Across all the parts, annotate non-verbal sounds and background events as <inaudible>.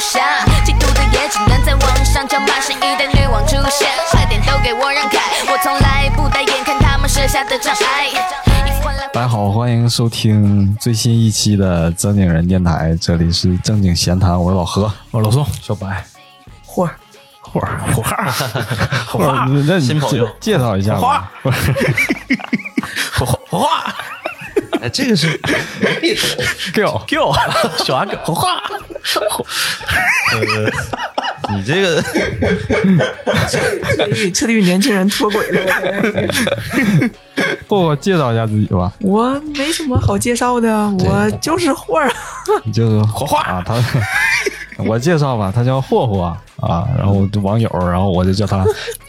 想，嫉妒的也只能在网上叫骂。是一代女王出现，快点都给我让开，我从来不抬眼看他们设下的障碍。大家好，欢迎收听最新一期的正经人电台，这里是正经闲谈，我是老何，我老宋，小白，霍儿，霍儿，霍儿，霍哇儿，那新哦你朋介友介绍一下吧，霍霍霍儿哎，这个是 Go，叫小阿狗，霍花，呃你这个 <laughs> 彻底与年轻人脱轨了。霍霍介绍一下自己 <laughs> 吧，我没什么好介绍的，我就是货儿。你就是霍花啊，他我介绍吧，他 <laughs> 叫霍霍啊，然后我就网友，然后我就叫 <laughs> 他，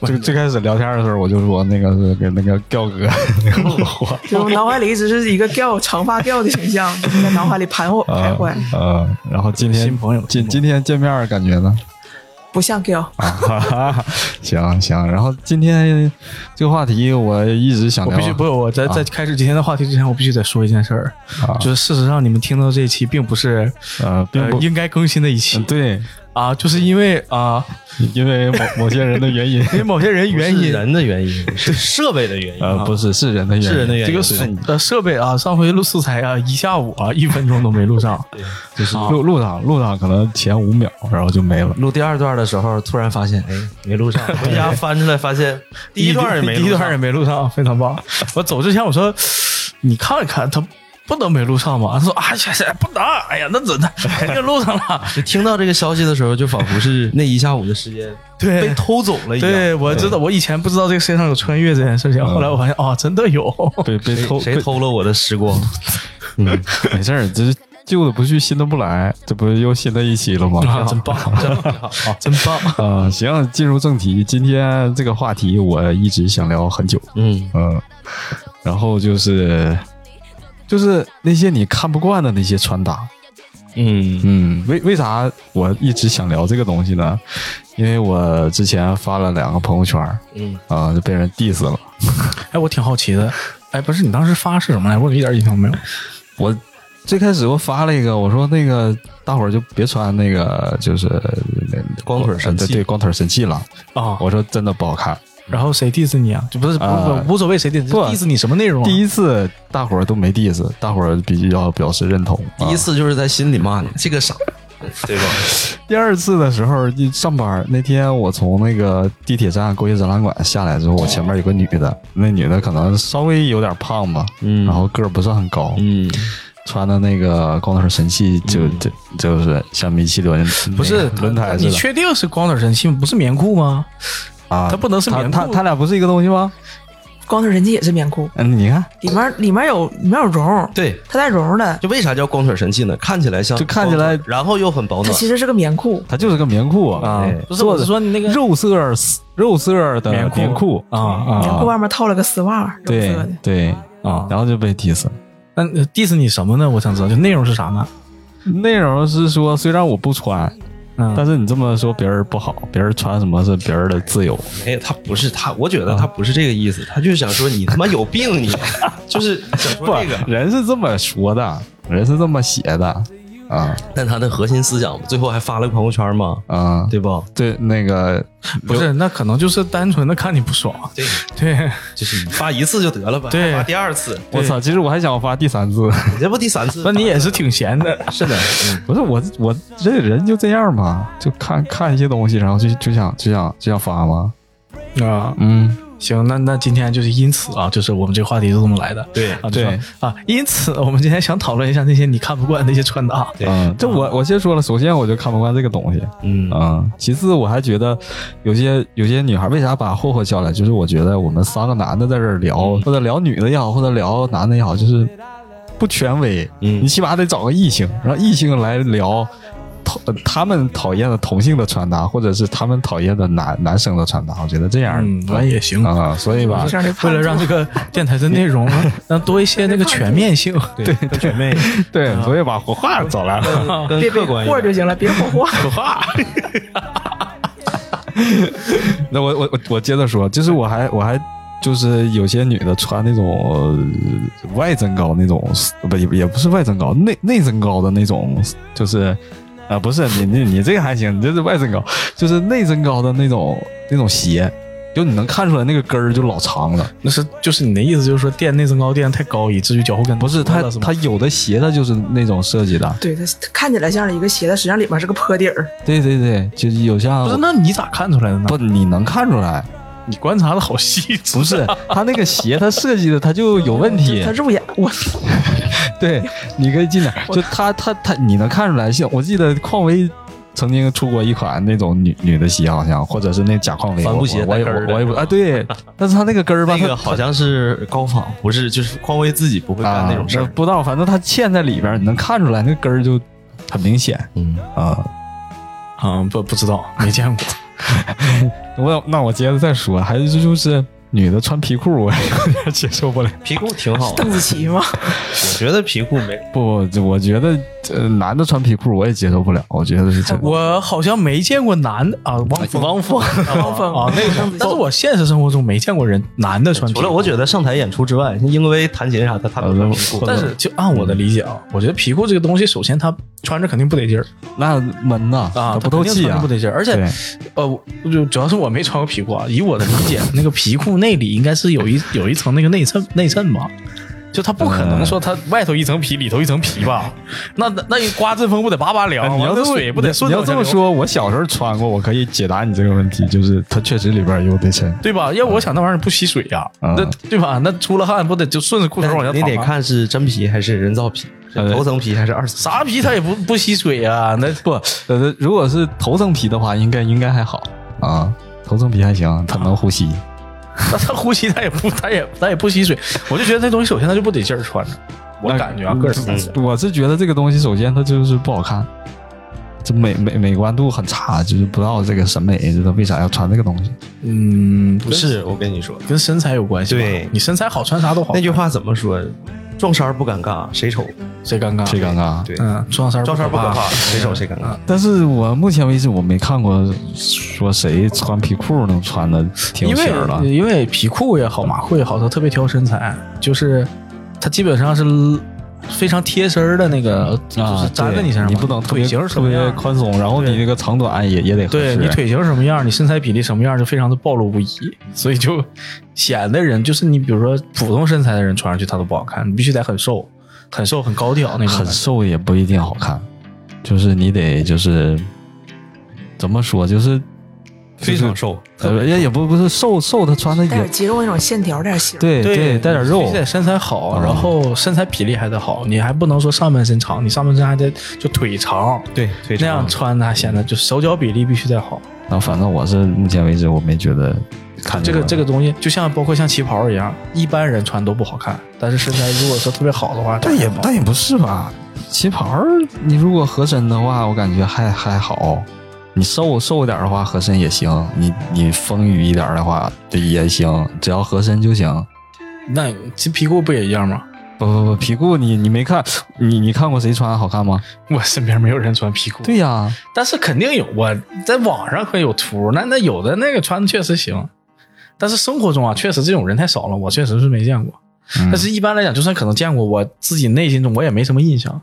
就最开始聊天的时候我就说那个是给那个 Go 哥，那个霍霍。就我脑海里一直是一个调长发调的形象，就是在脑海里盘我啊徘徊，呃，然后今天新朋友今今天见面儿感觉呢？不像调。啊，哈哈 <laughs> 行行。然后今天这个话题我一直想我聊，啊必须不是我在在开始今天的话题之前，我必须得说一件事儿，啊就是事实上你们听到这一期并不是呃，并呃不、嗯应该更新的一嗯期对，啊，就是因为啊，因为某某些人的原因，因为啊某些人原不是因人的原因，是设备的原因。啊呃，不是是人的原因，是人的原因这个对损呃设备啊，上回录素材啊，一下午啊，一分钟都没录上，就是啊路路上路上可能前五秒，然后就没了。录第二段的时候，突然发现，哎，没录上。回家翻出来，发现 <laughs> 第一段也没第录上，一段也没录上，非常棒。我走之前我说，你看一看他。不能没录上吧？他说啊，呀呀，不能！哎呀，那 <laughs> 怎的？肯定录上了。就听到这个消息的时候，就仿佛是那一下午的时间对被偷走了一样。嗯对，我知道，我以前不知道这个世界上有穿越这件事情，后来我发现哦，真的有。被被谁偷谁被偷了我的时光？没事儿，这是旧的不去，新的不来，这不是又新的一期了吗？啊，真棒，真 <laughs> 好，真棒！啊、行，进入正题。今天这个话题我一直想聊很久，嗯，嗯，然后就是就是那些你看不惯的那些穿搭，嗯，嗯，为为啥我一直想聊这个东西呢？因为我之前发了两个朋友圈，嗯啊、就被人 diss 了。哎，我挺好奇的。哎，不是，你当时发是什么来着？我一点印象没有。我最开始我发了一个，我说那个大伙儿就别穿那个就是那光腿神器呃对对光腿神器了。啊、我说真的不好看。然后谁 diss 你啊？就不是不啊不无所谓谁 diss，不 diss 你什么内容啊？第一次大伙儿都没 diss，大伙儿比较表示认同。啊第一次就是在心里骂你这个傻，对吧？第二次的时候，一上班那天，我从那个地铁站国际展览馆下来之后，我前面有个女的，那女的可能稍微有点胖吧，嗯然后个儿不是很高，嗯，穿的那个光头神器就就就是像米其林嗯不是那个轮胎你似的确定是光腿神器吗？不是棉裤吗？啊，它不能是棉裤他他俩不是一个东西吗？光头人家也是棉裤，嗯，你看里面里面有里面有绒，对。它带绒的，就为啥叫光腿神器呢？看起来像就看起来光腿然后又很保它暖。其实是个棉裤。它就是个棉裤啊对，不是，我是说你那个肉色儿肉色儿的棉裤棉裤啊棉裤啊，外面套了个丝袜，肉对色的。对，啊，然后就被 diss 了。那呃 diss 你什么呢？我想知道，就内容是啥呢？内容是说，虽然我不穿，嗯，但是你这么说别人不好，别人穿什么是别人的自由。没有，他不是他，我觉得他不是这个意思，他就是想说你他妈有病，你就是想不说这个。，人是这么说的，人是这么写的，啊但他的核心思想最后还发了个朋友圈嘛，啊，对吧？对，那个不是，那可能就是单纯的看你不爽。啊对，对，就是你发一次就得了呗，对还发第二次，我操，其实我还想发第三次，你这不第三次？ <laughs> 那你也是挺闲的。是的，嗯 <laughs> 不是我我这人就这样嘛，就看看一些东西，然后就就想就想就想发嘛， <laughs> 啊，嗯，行，那那今天就是因此啊，就是我们这个话题就这么来的。对啊，就说对啊，因此我们今天想讨论一下那些你看不惯那些穿搭。对嗯，这我我先说了，首先我就看不惯这个东西，嗯嗯，其次我还觉得有些有些女孩为啥把霍霍叫来，就是我觉得我们三个男的在这儿聊，嗯或者聊女的也好，或者聊男的也好，就是不权威，嗯你起码得找个异性，让异性来聊同呃他们讨厌的同性的穿搭，或者是他们讨厌的男男生的穿搭，我觉得这样嗯，完也行。啊、所以吧这，样的为了让这个电台的内容啊， <laughs> 让多一些那个全面性。 <laughs> 对，跟姐妹 <laughs> 对，啊所以把霍霍找 <laughs> 来了。啊跟别别客观一货点，就行了，别 <laughs> 火货。那我我我我接着说，就是我还我还就是有些女的穿那种、呃外增高那种，不也也不是外增高，内内增高的那种，就是啊，不是你你你这个还行，你这是外增高，就是内增高的那种那种鞋，就你能看出来那个根儿就老长了。那是就是你的意思，就是说垫内增高垫太高，以至于脚后跟不是它脱了吗它有的鞋它就是那种设计的，对，它它看起来像是一个鞋，它实际上里面是个坡底儿。对对对，就是有像不是？那你咋看出来的呢？不你能看出来，你观察的好细致。啊不是它那个鞋它设计的它就有问 <laughs> 题哦它。入眼，我 <laughs> 对，你可以近点儿，就它它它你能看出来，像我记得匡威。曾经出过一款那种女女的鞋，好像或者是那假匡威帆布鞋我我也带根儿的我我也不啊，对，但是它那个根儿吧，那它个好像是高仿，不是，就是匡威自己不会啊干，那种事那儿。不知道，反正它嵌在里边儿，你能看出来那根儿就很明显嗯，啊。嗯，不不知道， <laughs> 没见过。我那我接着再说，还是就是女的穿皮裤，我有点接受 <laughs> 不了。皮裤挺好 <laughs> 的，邓紫棋嘛，我觉得皮裤没不，这我觉得呃，男的穿皮裤我也接受不了，我觉得是真的。我好像没见过男的啊，汪峰，汪峰，汪峰啊，那个。但是我现实生活中没见过人男的穿皮除裤。了我觉得上台演出之外，像英威弹琴啥的，他都穿皮裤。但是就按我的理解啊，我觉得皮裤这个东西，首先它穿着肯定不得劲儿那闷呐，啊，它它不透肯定气穿着啊不。得劲儿。而且对，呃，我就主要是我没穿过皮裤啊，以我的理解，那个皮裤内里应该是有一有一层那个内衬内衬吧。就它不可嗯能说它外头一层皮，里头一层 <laughs> 皮吧？那那那一刮阵风不得叭叭凉？哎你要完这了么水不得顺你着要往下这么流说，我小时候穿过，我可以解答你这个问题，就是它确实里边有内衬。对吧？要不我想那玩意儿不吸水呀、嗯那对吧？那出了汗不得就顺着裤头往下淌你啊得看是真皮还是人造皮，呃是头层皮还是二层。啥皮它也不不吸水呀、那不，呃，如果是头层皮的话，应该应该还好啊，头层皮还行，它能呼吸。那它呼吸它也不它也它也不吸水，我就觉得那东西首先它就不得劲儿穿着，我那嗯感觉啊个人感觉。我是觉得这个东西，首先它就是不好看，这美美美观度很差，就是不知道这个审美，这个为啥要穿这个东西？嗯，不不是，我跟你说，跟身材有关系吧，对你身材好穿啥都好那，句话怎么说？撞衫儿不尴尬，谁丑？谁尴尬谁尴尬？对，嗯，撞衫撞衫儿不可可怕，谁丑谁尴尬。但是我目前为止我没看过说谁穿皮裤能穿的挺因有型为儿的。因为皮裤也好，马裤也好，它特别挑身材，就是它基本上是非常贴身儿的那个，就是啊，粘在对你身上嘛，你不能特腿别型儿什特么样别儿宽松，然后你对那个长短也也得合对适。你腿型什么样，你身材比例什么样，就非常的暴露无遗，所以就显得人就是你，比如说普通身材的人穿上去他都不好看，你必须得很瘦、很瘦、很高挑那种感很觉。瘦也不一定好看，就是你得就是怎么说，就是非常瘦，呃也也不不是瘦瘦，他穿的带也点肌肉那种线条，带点型。，对带点肉必须，得身材好，嗯然后身材比例还得好，你还不能说上半身长，你上半身还得就腿长，对，腿那样穿的还显嗯得就手脚比例必须得好。然后反正我是目前为止我没觉得看这个这个东西就像包括像旗袍一样，一般人穿都不好看，但是身材如果说特别好的话，但也就好但也不是吧，旗袍儿你如果合身的话，我感觉还还好。你瘦瘦一点儿的话，合身也行；你你丰腴一点儿的话，这也行，只要合身就行。那这皮裤不也一样吗？不不不，皮裤你你没看，你你看过谁穿好看吗？我身边没有人穿皮裤，对呀、但是肯定有，我在网上会有图，那那有的那个穿的确实行，但是生活中啊，确实这种人太少了，我确实是没见过。嗯但是一般来讲，就算可能见过，我自己内心中我也没什么印象。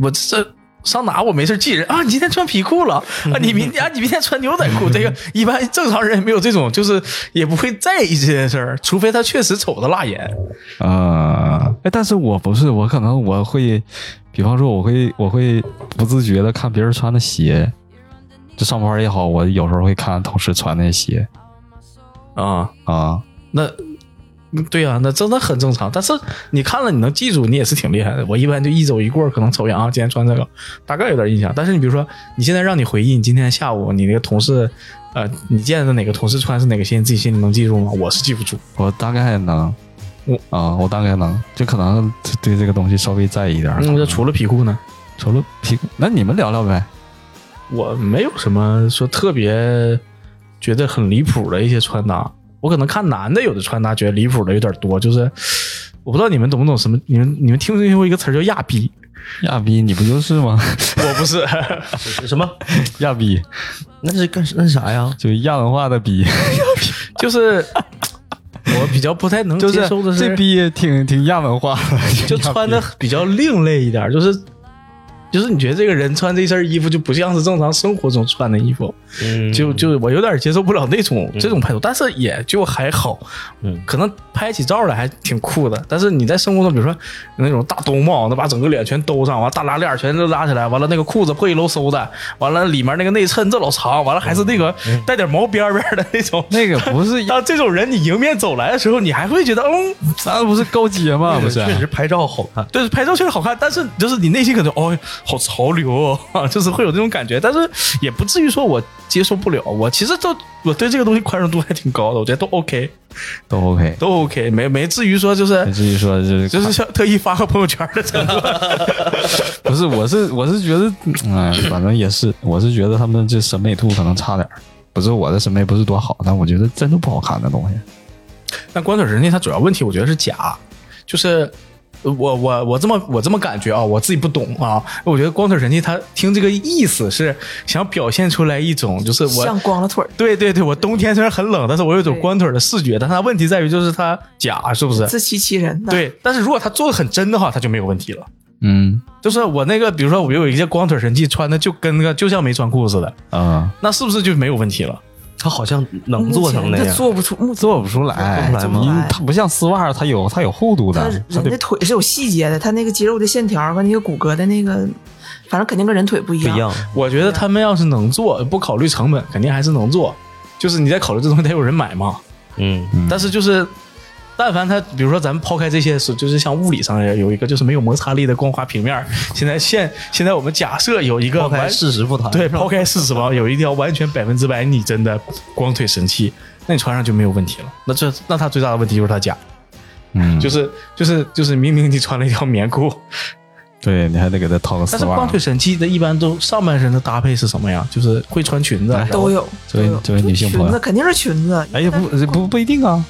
我这上哪我没事记人啊？你今天穿皮裤了啊？你明天、啊、你明天穿牛仔裤？这个一般正常人也没有这种，就是也不会在意这件事儿，除非他确实丑的辣眼。啊，哎，但是我不是，我可能我会，比方说我会我会不自觉的看别人穿的鞋，就上班也好，我有时候会看同事穿那鞋啊、啊。那。对呀、那真的很正常。但是你看了，你能记住，你也是挺厉害的。我一般就一走一过，可能瞅一眼啊，今天穿这个，大概有点印象。但是你比如说，你现在让你回忆，你今天下午你那个同事，呃，你见的哪个同事穿是哪个鞋，你自己心里能记住吗？我是记不住。我大概能，我啊，我大概能，就可能对这个东西稍微在意一点儿。嗯，那除了皮裤呢？除了皮，那你们聊聊呗。我没有什么说特别觉得很离谱的一些穿搭，我可能看男的有的穿搭觉得离谱的有点多，就是我不知道你们懂不懂什么，你们你们听没听过一个词儿叫亚逼？亚逼，你不就是 <laughs> 吗？我不是，什么？亚逼那是干那是啥呀？就是亚文化的 <laughs> 逼，就是我比较不太能就接受的 <laughs> 这逼挺挺亚文化的，就穿的比较另类一点，就是。就是你觉得这个人穿这身衣服就不像是正常生活中穿的衣服，嗯就就我有点接受不了那种这种拍图，但是也就还好，嗯可能拍起照来还挺酷的。但是你在生活中，比如说那种大兜帽，那把整个脸全兜上，完大拉链全都拉起来，完了那个裤子破衣漏收的，完了里面那个内衬这老长，完了还是那个带点毛边边的那种。 <laughs> 那个不是当这种人你迎面走来的时候，你还会觉得，嗯，咱不是高阶 <laughs> 吗？不是，啊确实拍照好看，对，拍照确实好看，但是就是你内心可能哦，好潮流哦， <laughs> 就是会有这种感觉，但是也不至于说我接受不了。我其实都我对这个东西宽容度还挺高的，我觉得都 OK，都 OK。都 OK，没没至于说就是至于说就是就是像特意发个朋友圈的程度。 <laughs> 不是，我是我是觉得，哎，反正也是，我是觉得他们这审美度可能差点儿。不是我的审美不是多好，但我觉得真的不好看的东西。但关水神器它主要问题，我觉得是假，就是。呃我我我这么我这么感觉啊，我自己不懂啊。我觉得光腿神器它听这个意思是想表现出来一种，就是我像光了腿儿，对对对，我冬天虽然很冷，但是我有一种对光腿的视觉，但它问题在于就是它假，是不是？自欺欺人的。，对，但是如果它做的很真的话，它就没有问题了。嗯就是我那个，比如说我有一件光腿神器，穿的就跟那个就像没穿裤子似的，啊，那是不是就没有问题了？他好像能做成那他样。做不出，目前做不出来，做不出来你它不像丝袜，它有它有厚度啊的，他它人得的腿是有细节的，他那个肌肉的线条跟那个骨骼的那个，反正肯定跟人腿不一不样。一样，我觉得他们要是能做，不考虑成本，肯定还是能做。就是你在考虑这东西得有人买嘛。嗯，嗯但是就是，但凡它，比如说咱们抛开这些，是就是像物理上有一个就是没有摩擦力的光滑平面儿，现在现现在我们假设有一个抛开完事实不谈，对，啊抛开事实吧，有一条完全百分之百拟真的光腿神器，那你穿上就没有问题了。那这那它最大的问题就是它假，嗯，就是就是就是明明你穿了一条棉裤，对你还得给它套个但丝是光袜腿。神器的一般都上半身的搭配是什么呀？就是会穿裙子，啊哎然后都有，这位都有这位女性朋友裙子肯定是裙子，哎呀，不不不一定啊，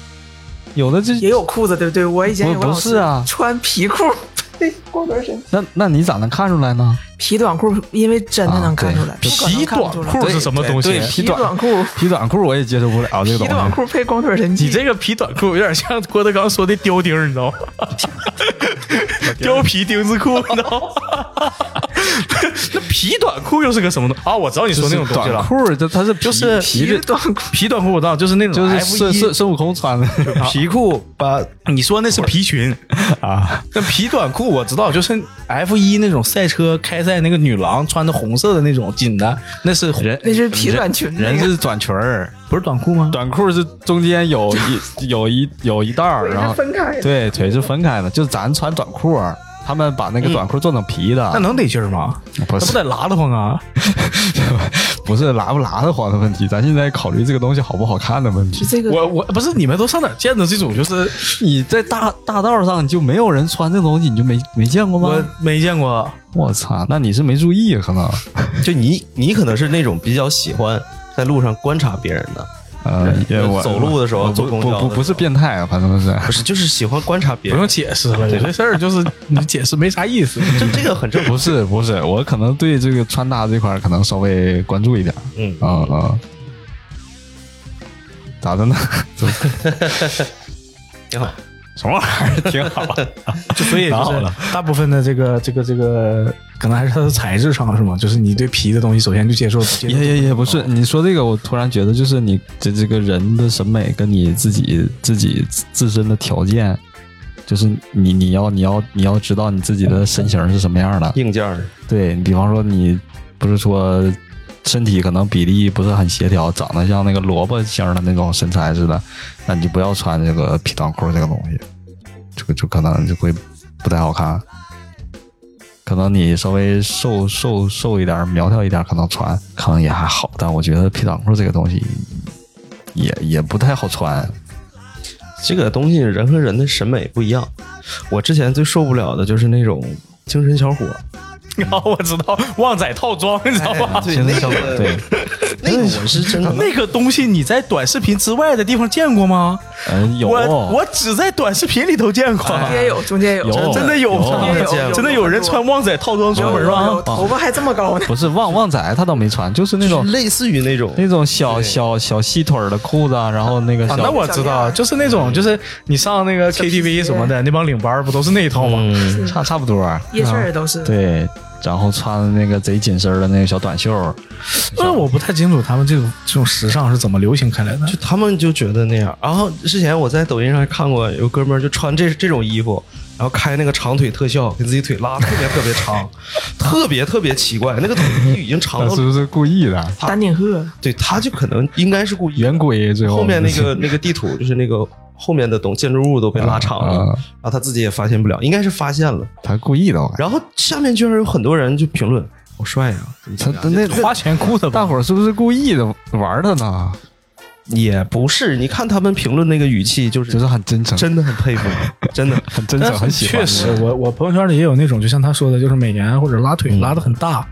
有的这也有裤子，对不对？我以前不有个老不师是啊穿皮裤，对，光腿神那那你咋能看出来呢？皮短裤，因为真的能看出来，啊不可能皮看短不出来裤是什么东西对？皮皮短短裤，皮短裤我也接受不了这皮个东短西。裤配光腿神器，你这个皮短裤有点像郭德纲说的貂钉儿，你 <laughs> 知道吗？貂皮丁字裤，你知道吗？ <laughs> 那皮短裤又是个什么东啊？我知道你说那种东短西了，裤，这它是就就是皮皮的，短裤，皮短裤我知道，就是那种就是孙 F 孙一。啊孙悟空穿的 <laughs> 皮裤把你说那是皮 <laughs> 裙，啊。那皮短裤我知道，就是 F 一那种赛车开赛那个女郎穿的红色的那种紧的，那是人那是皮短裙，人是短裙儿，不是短裤吗？短裤是中间有一 <laughs> 有一有一道儿，然后分开的对腿是分开的，就咱穿短裤儿，他们把那个短裤做成皮的，那能得劲儿吗？不嗯那不是得拉得慌啊！ <laughs> 不是拉不拉得慌的问题，咱现在考虑这个东西好不好看的问就题。这个我我不是你们都上哪儿见的这种？就是你在大大道上你就没有人穿这东西，你就没没见过我吗？没见过，我操，那你是没注意可能，就你你可能是那种比较喜欢在路上观察别人的，呃，也我走路的时候我不坐公交的时不候不不是变态啊，反正是不是就是喜欢观察别不人用，解释了，有些事儿就是你解释没啥意思。这这个很正常。不是不是，我可能对这个穿搭这块儿可能稍微关注一点儿。嗯啊啊，咋的呢？怎么 <laughs> 挺好。 <laughs> 什么玩意儿？挺好。 <laughs> 就所以就拿好是了大部分的这个这个这个，可能还是它的材质上是吗？就是你对皮的东西首先就接受，哦接 <laughs> 受也也也不是，你说这个，我突然觉得就是你这这个人的审美跟你自己自己自身的条件，就是你你要你要你要知道你自己的身形是什么样的。硬件儿对你比方说你不是说身体可能比例不是很协调，长得像那个萝卜型的那种身材似的，那你就不要穿这个皮短裤这个东西，这个就可能就会不太好看。可能你稍微瘦瘦瘦一点儿、苗条一点儿，可能穿可能也还好，但我觉得皮短裤这个东西也也不太好穿。啊这个东西，人和人的审美不一样。我之前最受不了的就是那种精神小伙儿，哦，我知道旺仔套装，你知道吗？现在小对，那个我是真的那个东西你在短视频之外的地方见过吗？嗯，有我我只在短视频里头见过，中间有，中间有，有哎真的有吗哦有有有真的有人穿旺仔套装出门有有吗？头发还这么高呢，不是旺旺仔他倒没穿，就是那种类似于那种那种小对小小细腿儿的裤子啊，然后那个啊小，那我知道，就是那种，就是你上那个小皮鞋 KTV 什么的，那帮领班儿不都是那一套吗？嗯，啊差差不多儿，夜市儿都是。对，然后穿的那个贼紧身儿的那个小短袖儿，因为呃我不太清楚他们这种这种时尚是怎么流行开来的。就他们就觉得那样。然后之前我在抖音上还看过有哥们儿就穿这这种衣服，然后开那个长腿特效，给自己腿拉特别特别 <laughs> 长，特别特别奇怪，那个腿已经长他到是不是故意的？丹顶鹤，对，他就可能应该是故意的。圆规最后后面那就是个那个地图就是那个后面的东建筑物都被拉长了，啊啊然后他自己也发现不了，应该是发现了。他故意的，我感觉然后下面居然有很多人就评论：“好帅啊呀、怎么怎他么样他那花钱雇的吧，大伙儿是不是故意的玩他呢？也不是，你看他们评论那个语气，就是就是很真诚，真的很佩服，真的。很真但诚，是很喜欢。确实，，我我朋友圈里也有那种，就像他说的，就是美颜或者拉嗯腿拉的很大。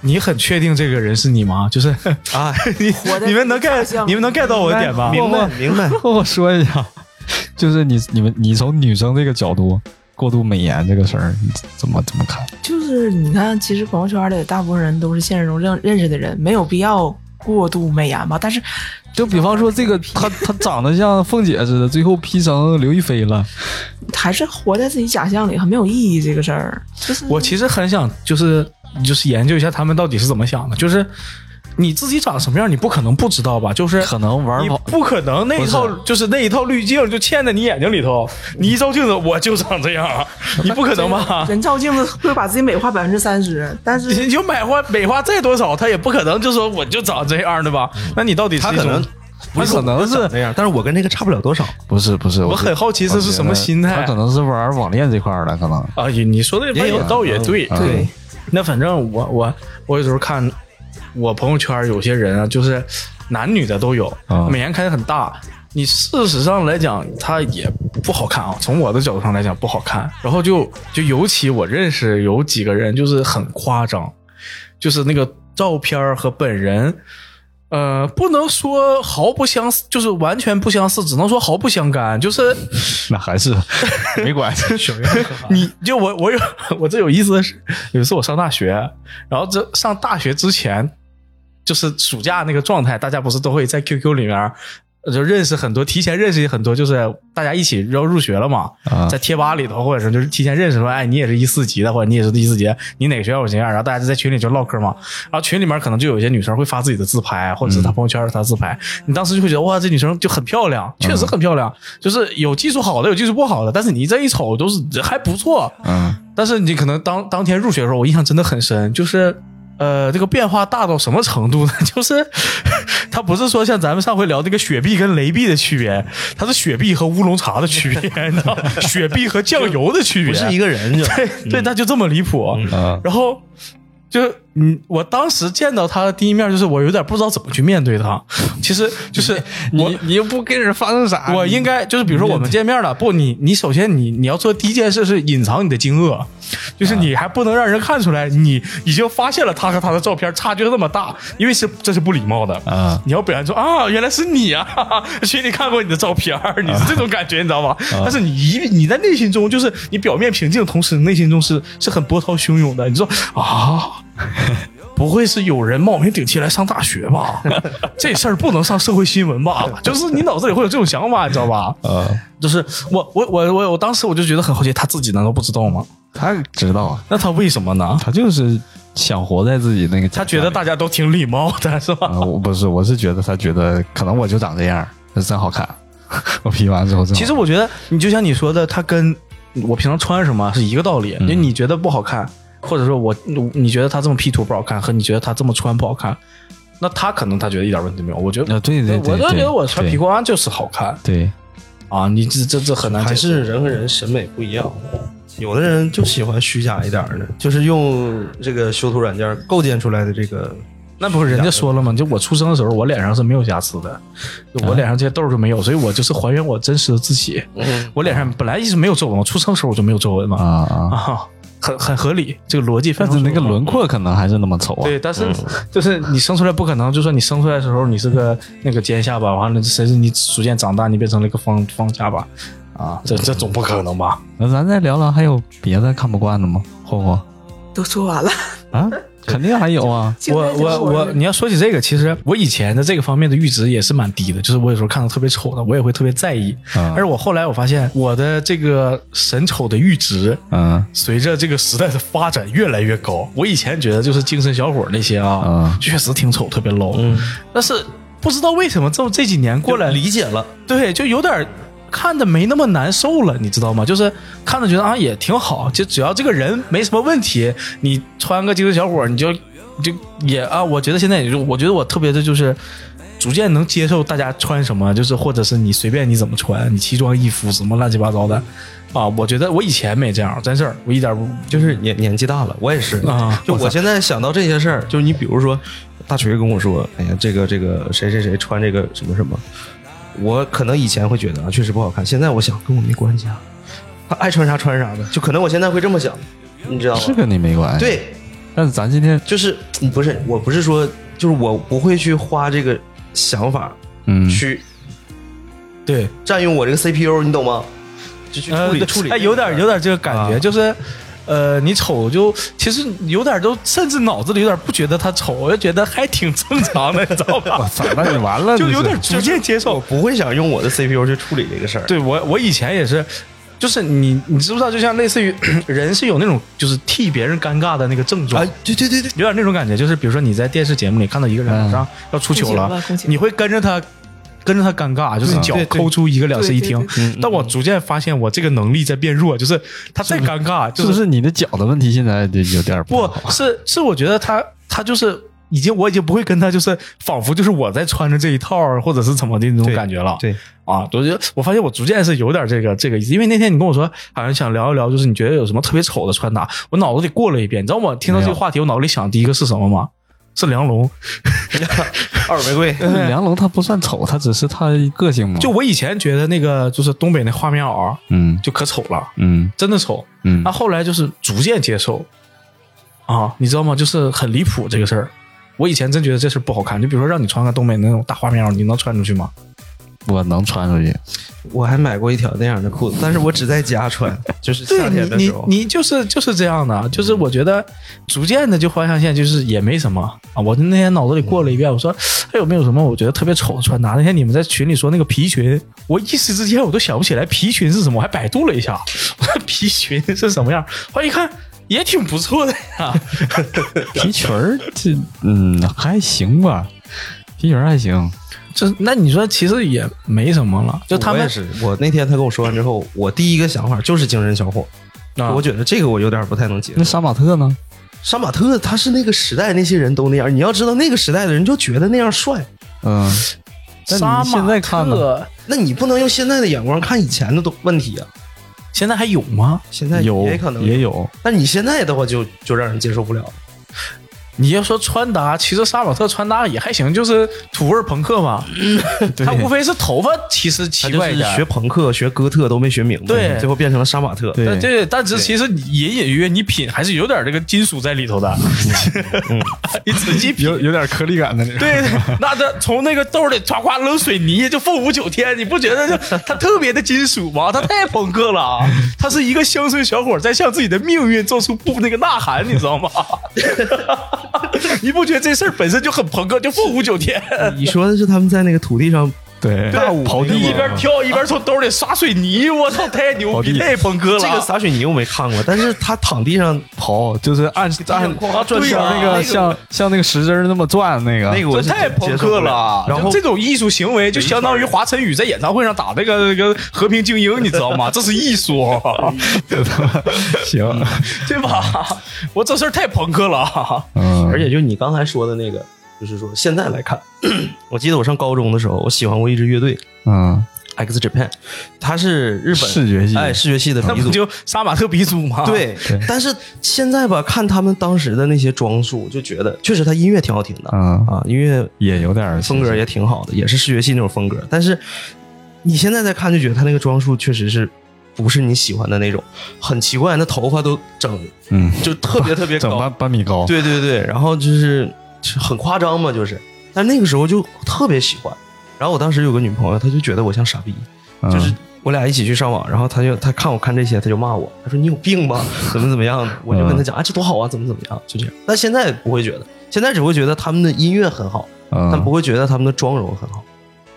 你很确定这个人是你吗？就是 <laughs> 啊，你活得你们能像 get 你们能 get 到我的点吧？明白明白。我说一下， <laughs> 就是你你们你从女生这个角度过度美颜这个事儿，你怎么怎么看？就是你看，其实朋友圈里大部分人都是现实中认认识的人，没有必要过度美颜吧。但是就比方说这个，她她长得像凤姐似的，最后 P 成刘亦菲了，还是活在自己假象里，很没有意义。这个事儿，就是我其实很想就是就是研究一下他们到底是怎么想的，就是。你自己长什么样，你不可能不知道吧？就是可能玩你跑不可能那一套不是就是那一套滤镜就嵌在你眼睛里头，你一照镜子我就长这 <laughs> 样，你不可能吧？人照镜子会把自己美化百分之三十，但是 <laughs> 你就美化美化再多少，他也不可能就说我就长这样的吧？嗯那你到底是他一可能种？不可能是那样，但是我跟那个差不了多少。不是不是？我我很好奇这是什么心态她可能是玩网恋这块儿的，可能啊，你你说的也有倒也对，啊对，那反正我我我有时候看我朋友圈有些人啊，就是男女的都有啊，美颜开的很大。你事实上来讲，他也不好看啊。从我的角度上来讲，不好看。然后就就尤其我认识有几个人，就是很夸张，就是那个照片儿和本人，呃，不能说毫不相似，就是完全不相似，只能说毫不相干。就是那还是 <laughs> 没关系。 <laughs> 你就我我有我最有意思的是，有一次我上大学，然后这上大学之前，就是暑假那个状态，大家不是都会在 QQ 里面呃就认识很多，提前认识很多，就是大家一起要入学了嘛， <laughs> 啊在贴吧里头，或者是就是提前认识说，哎，你也是一四级的，或者你也是一四级，你哪个学校有学校，然后大家就在群里就唠嗑嘛，然后群里面可能就有一些女生会发自己的自拍，或者是她朋友圈她自拍，你当时就会觉得哇，这女生就很漂亮，确实很漂亮，就是有技术好的，有技术不好的，但是你这一瞅都是还不错，嗯，但是你可能当当天入学的时候，我印象真的很深，就是呃，这个变化大到什么程度呢？ <laughs> 就是它不是说像咱们上回聊那个雪碧跟雷碧的区别，它是雪碧和乌龙茶的 <laughs> 区别，你知道吗，雪碧和酱油的区别，不是一个嗯人就 <laughs> 对对，他就这么离谱。嗯啊然后就嗯，我当时见到他的第一面，就是我有点不知道怎么去面对他。其实就是我你又不跟人发生啥我应该就是，比如说我们见面了，不，你你首先你你要做第一件事是隐藏你的惊愕，就是啊你还不能让人看出来你已经发现了他和他的照片差距那么大，因为是这是不礼貌的啊。你要表现出啊，原来是你啊， <laughs> 哈哈群里看过你的照片儿，你是这种感觉，你知道吗？啊但是你一你在内心中就是你表面平静，同时内心中是是很波涛汹涌的。你说啊。不会是有人冒名顶替来上大 <laughs> 学吧？这事儿不能上社会新闻吧？就是你脑子里会有这种想法，你知道吧？啊，就是我我我我我当时我就觉得很好奇，他自己难道不知道吗？他知道啊，那他为什么呢？他就是想活在自己那个家他觉得里大家都挺礼貌的，是吧？啊，我不是，我是觉得他觉得可能我就长这样，那真好看。 <laughs> 我 P 完之后真好看，其实我觉得，你就像你说的，他跟我平常穿什么是一个道理。嗯因为你觉得不好看，或者说我你觉得他这么 P 图不好看，和你觉得他这么穿不好看，那他可能他觉得一点问题没有。我觉得，啊，对对对，我就觉对得我穿对皮裤安就是好看对，啊！你这这这很难解还释是人和人审美不一样。有的人就喜欢虚假一点儿的，就是用这个修图软件构建出来的这个。那不是人家说了吗？就我出生的时候，我脸上是没有瑕疵的，嗯就我脸上这些痘儿就没有，所以我就是还原我真实的自己。嗯我脸上本来一直没有皱纹，我出生的时候我就没有皱纹嘛，啊啊，啊，很很合理，这个逻辑非但常是那个合理轮廓可能还是那么丑啊。对，但是 <laughs> 就是你生出来不可能，就说你生出来的时候你是个那个尖下巴，完了谁知你逐渐长大你变成了一个方方下巴，啊，这这总不可能吧？那咱再聊聊，还有别的看不惯的吗？霍霍都说完了。啊， <laughs> 肯定还有啊。现在我就是我我，你要说起这个，其实我以前的这个方面的阈值也是蛮低的，就是我有时候看到特别丑的，我也会特别在意。啊但是我后来我发现，我的这个审丑的阈值，嗯随着这个时代的发展越来越高。我以前觉得就是精神小伙那些啊嗯，确实挺丑，特别 low。但是不知道为什么，这这几年过来，理解了，对，就有点儿看的没那么难受了，你知道吗？就是看着觉得啊也挺好，就只要这个人没什么问题，你穿个精神小伙儿，你就你就也啊，我觉得现在也就我觉得我特别的就是。逐渐能接受大家穿什么，就是或者是你随便你怎么穿，你奇装异服什么乱七八糟的，啊，我觉得我以前没这样，真事儿，我一点儿不就是年年纪大了，我也是啊就我我操现在想到这些事儿，就是你比如说，大锤跟我说，哎呀，这个这个谁谁谁穿这个什么什么，我可能以前会觉得啊，确实不好看，现在我想跟我没关系啊，他爱穿啥穿啥呗，就可能我现在会这么想，你知道吗？是跟你没关系。，对，但是咱今天，就是嗯不是，我不是说，就是我不会去花这个想法嗯，去对，占用我这个 CPU，你懂吗？就去处理、对呃处理，哎，有点有点这个感觉，啊就是。呃，你丑就其实有点都，甚至脑子里有点不觉得他丑，我就觉得还挺正常的，你知道吧？咋了？你完了，就你有是点逐渐接我受。不会想用我的 CPU 去处理这个事儿。对我，我以前也是，就是你，你知不知道？就像类似于 <clears throat> 人是有那种就是替别人尴尬的那个症状，啊，对对对对，有点那种感觉。就是比如说你在电视节目里看到一个人嗯马上要出糗了恭喜了恭喜，了你会跟着他。跟着他尴尬，就是脚对对抠出一个两室一厅对对。但我逐渐发现，我这个能力在变弱，就是他再尴尬，就是不是你的脚的问题？现在就有点不好是是，我觉得他他就是已经，我已经不会跟他就是仿佛就是我在穿着这一套儿或者是怎么的那种对感觉了。对啊，我觉得我发现我逐渐是有点这个这个意思，因为那天你跟我说好像想聊一聊，就是你觉得有什么特别丑的穿搭，我脑子里过了一遍，你知道我听到这没个有话题，我脑子里想第一个是什么吗？是梁龙，二玫瑰， <laughs> 梁龙他不算丑，他只是他个性嘛。就我以前觉得那个就是东北那画棉袄嗯就可丑了，嗯真的丑。嗯那后来就是逐渐接受，啊，你知道吗？就是很离谱这个事儿。我以前真觉得这事儿不好看，就比如说让你穿个东北那种大花棉袄，你能穿出去吗？我能穿出去。 <laughs> 我还买过一条那样的裤子，但是我只在家穿， <laughs> 就是夏天的你时候。你就是就是这样的，就是我觉得逐渐的就发现，就是也没什么啊。我那天脑子里过了一遍，我说还有没有什么我觉得特别丑的穿搭？那天你们在群里说那个皮裙，我一时之间我都想不起来皮裙是什么，我还百度了一下， <laughs> 我说皮裙是什么样，后来一看也挺不错的呀。皮裙儿这嗯还行吧，皮裙儿还行。就是那你说其实也没什么了，就他我们也是，我那天他跟我说完之后，我第一个想法就是精神小伙，啊我觉得这个我有点不太能接那受。杀马特呢？杀马特他是那个时代那些人都那样，你要知道那个时代的人就觉得那样帅，嗯，杀那你现在看马呢？特那你不能用现在的眼光看以前的都问题啊。现在还有吗？现在有也可能也，有，但你现在的话就就让人接受不了。你要说穿搭，其实杀马特穿搭也还行，就是土味儿朋克嘛。他无非是头发其实嗯他奇就怪是一点学儿。朋克、学哥特都没学明白，对最后变成了杀马特。但对，对，但是其实你隐隐约你品还是有点这个金属在里头的，嗯 <laughs> 你仔细品，有点颗粒感的那种。 <laughs> 对，那他从那个兜里唰咵扔水泥，就凤舞九天，你不觉得就他特别的金属吗？他太朋克了啊！他是一个乡村小伙在向自己的命运做出不那个呐喊，你知道吗？ <laughs> 你不觉得这事儿本身就很朋克，就凤舞九 <laughs> 天， <laughs> 你说的是他们在那个土地上对大舞刨一地边跳一边从兜里刷水泥，我操，太牛好逼，地太朋克了！这个洒水泥我没看过，但是他躺地 <laughs> 上刨，就是按按哐转对圈像啊那个像像那个石子儿那么转那个那个我这是太朋克了啊，然后就这种艺术行为就相当于华晨宇在演唱会上打那个那个和平精英，你知道吗？这是艺术， <laughs> 行，对吧？ <laughs> 我这事儿太朋克了啊。嗯，而且就你刚才说的那个，就是说现在来看， <clears throat> 我记得我上高中的时候，我喜欢过一支乐队嗯 X Japan，它是日本视觉系哎视觉系的那鼻不祖。就杀马特鼻祖吗？，对啊对，但是现在吧，看他们当时的那些装束，就觉得确实他音乐挺好听的嗯啊，音乐也有点儿风格也挺好的，也是视觉系那种风格。但是你现在再看，就觉得他那个装束确实是不是你喜欢的那种，很奇怪，那头发都整嗯，就特别特别整高，半半米高，对对对，然后就是很夸张嘛，就是，但那个时候就特别喜欢。然后我当时有个女朋友，她就觉得我像傻逼，嗯，就是我俩一起去上网，然后他就他看我看这些，他就骂我，他说你有病 <laughs> 吧，怎么怎么样的，我就跟他讲，哎，这多好啊，怎么怎么样，就这样。但现在不会觉得，现在只会觉得他们的音乐很好，但不嗯，会觉得他们的妆容很好。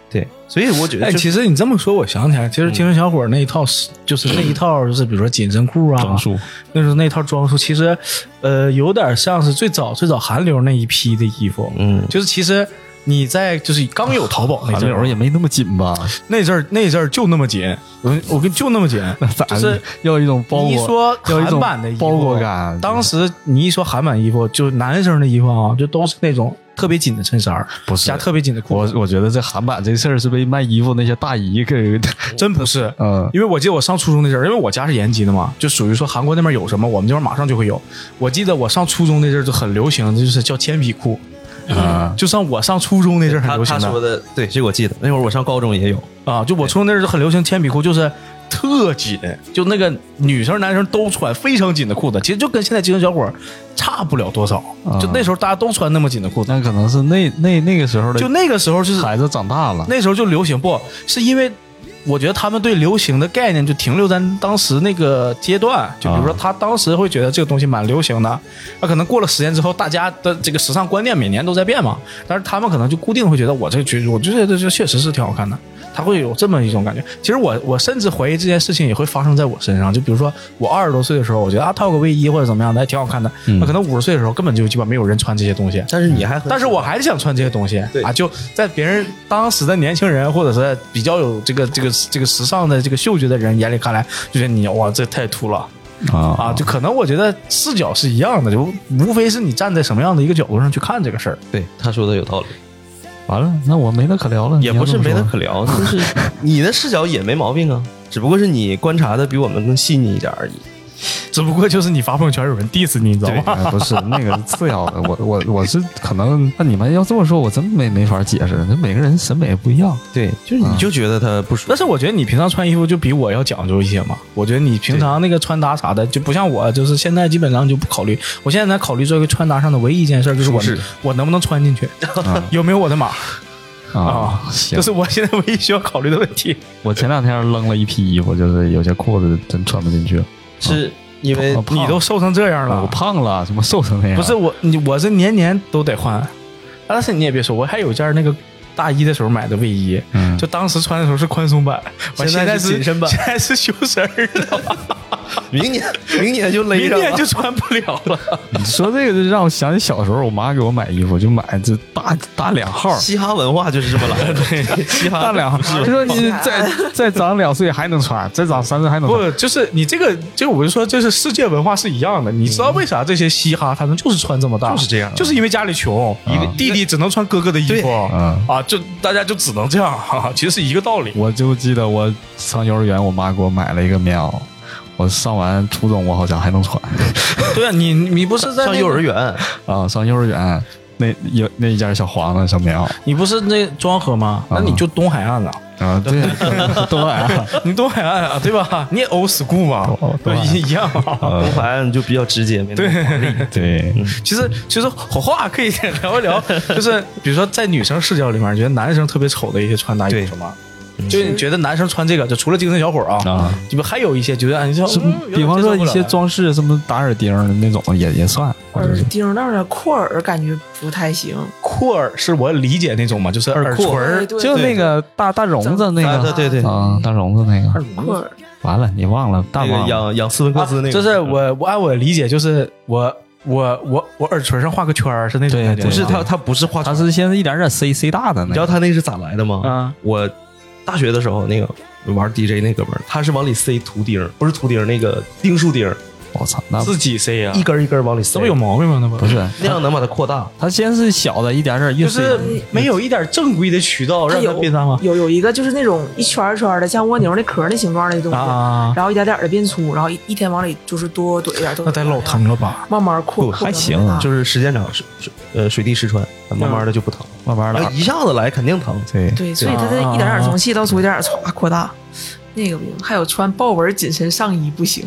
对，所以我觉得哎，就其实你这么说，我想起来，其实青春小伙那一套是，就是那一套，就是比如说紧身裤啊，装束那时候那套装束，其实，呃，有点像是最早最早韩流那一批的衣服，嗯，就是其实你在就是刚有淘宝那韩阵流儿，也没那么紧 <laughs> 吧？那阵儿那阵儿就那么紧，我我跟就那么紧，咋的就是要一种包裹？你一说要一韩种版的衣服，包裹感。当时你一说韩版衣服，就男生的衣服啊，就都是那种特别紧的衬衫儿，不是加特别紧的裤我子，我觉得这韩版这事儿是被卖衣服那些大姨给， <laughs> 真不是。嗯因为我记得我上初中那阵儿，因为我家是延吉的嘛，就属于说韩国那边有什么，我们这边马上就会有。我记得我上初中那阵儿就很流行，就是叫铅笔裤，啊，就上我上初中那阵儿哎很他流行他说的的对，这个我记得，那会儿我上高中也有，啊，就我初中那阵儿就很流行铅笔裤，就是特紧，就那个女生男生都穿非常紧的裤子，其实就跟现在精神小伙儿差不了多少，就那时候大家都穿那么紧的裤子，那可能是那那那个时候的，就那个时候就是孩子长大了，那时候就流行不是因为。我觉得他们对流行的概念就停留在当时那个阶段，就比如说啊他当时会觉得这个东西蛮流行的，那可能过了十年之后，大家的这个时尚观念每年都在变嘛，但是他们可能就固定会觉得我这个觉，我觉得这这确实是挺好看的，他会有这么一种感觉。其实我我甚至怀疑这件事情也会发生在我身上，就比如说我二十多岁的时候，我觉得啊套个卫衣或者怎么样的还挺好看的，那可能五十岁的时候根本就基本没有人穿这些东西，嗯但是你还很但是我还是想穿这些东西对啊，就在别人当时的年轻人或者是比较有这个这个这个时尚的这个嗅觉的人眼里看来，就觉得你哇这太秃了啊啊，就可能我觉得视角是一样的，就无非是你站在什么样的一个角度上去看这个事儿。对他说的有道理，完了，那我没得可聊了，也你要不是这么没得说可聊，就是你的视角也没毛病啊，只不过是你观察的比我们更细腻一点而已。只不过就是你发朋友圈有人 diss 你，你知道吗？哎不是那个是次要的，我我我是可能，那你们要这么说，我真没没法解释，那每个人审美不一样。对，就是你就觉得他不舒服但，是我觉得你平常穿衣服就比我要讲究一些嘛。我觉得你平常那个穿搭啥的，就不像我，就是现在基本上就不考虑。我现在考虑这个穿搭上的唯一一件事儿就是我舒适嗯我能不能穿进去，啊有没有我的码。啊啊，行这，是我现在唯一需要考虑的问题。我前两天扔了一批衣服，就是有些裤子真穿不进去，是因为我胖 <laughs> 你都瘦成这样我了，胖了，什么瘦成那样？不是我，你我是年年都得换。但是你也别说，我还有件那个大一的时候买的卫衣，嗯，就当时穿的时候是宽松版，我现在在是是紧身版现在是修身儿了，明年明年就勒明上年了就。穿不了了。你说这个就让我想起小时候我妈给我买衣服，就买这大大两号。 <laughs> 嘻哈文化就是这么来的， <laughs> 嘻哈大两号，就说你再再长两岁还能穿，再长三岁还能穿。不，就是你这个，就我就说，这是世界文化是一样的。你知道为啥这些嘻哈他们就是穿这么大？就是这样就是因为家里穷，一个弟弟只能穿哥哥的衣对服嗯啊，就大家就只能这样，哈哈，其实是一个道理。我就记得我上幼儿园，我妈给我买了一个棉袄，我上完初中，我好像还能穿 <laughs> 对啊，你你不是在上那幼儿，园，啊。上幼儿园那有那一件小黄的小棉袄你不是那庄河吗？那你就东海岸了，啊，对，都买了。 <laughs> 你东海岸啊，对吧？你也 old school 嘛哦，东对啊哦海岸一一样嘛。东海岸就比较直接，没 <laughs> 那么华丽 <laughs> 对，其实其实好话可以聊一聊，就是比如说在女生视角里面，觉得男生特别丑的一些穿搭有什么？就是你觉得男生穿这个，就除了精神小伙啊，啊这不还有一些觉得哎你说是嗯有点比方接受说不一了些装饰，什么打耳钉儿的那种也也算，或者耳是钉，但是扩耳感觉不太行。扩耳，是我理解那种嘛，就是耳垂哎儿。对就那个大大绒子那啊个对对对，啊，大绒子那个。扩耳，完了，你忘了，大那忘个了。养养斯文克斯那个，啊就是我我按我理解，就是我我我我耳垂上画个圈儿是那种对感觉吗，不是他他不是画他是现在一点点塞塞大的那个，你知道他那是咋来的吗？啊我大学的时候，那个玩 DJ 那哥们儿，他是往里塞图钉儿，不是图钉儿，那个钉树钉儿，我操，那自己塞呀一根儿一根儿往里塞，啊这不有毛病吗？那不不是那样能把它扩大。他先是小的一点点，越就是塞没有一点正规的渠道它让它哎有变大吗？有有一个就是那种一圈儿一圈儿的，像蜗牛那壳儿那形状的东西，啊然后一点点的变粗，然后一一天往里就是多怼一点，多怼那一点得啊老疼，了吧？慢慢扩不扩还得行啊很大啊就是时间长，水水呃水滴石穿，慢慢的就不疼。慢慢然后呃的，嗯哎一下子来肯定疼，对，对，所以它得一点点从细到粗，一点点歘扩大。那个不行，还有穿豹纹紧身上衣不行，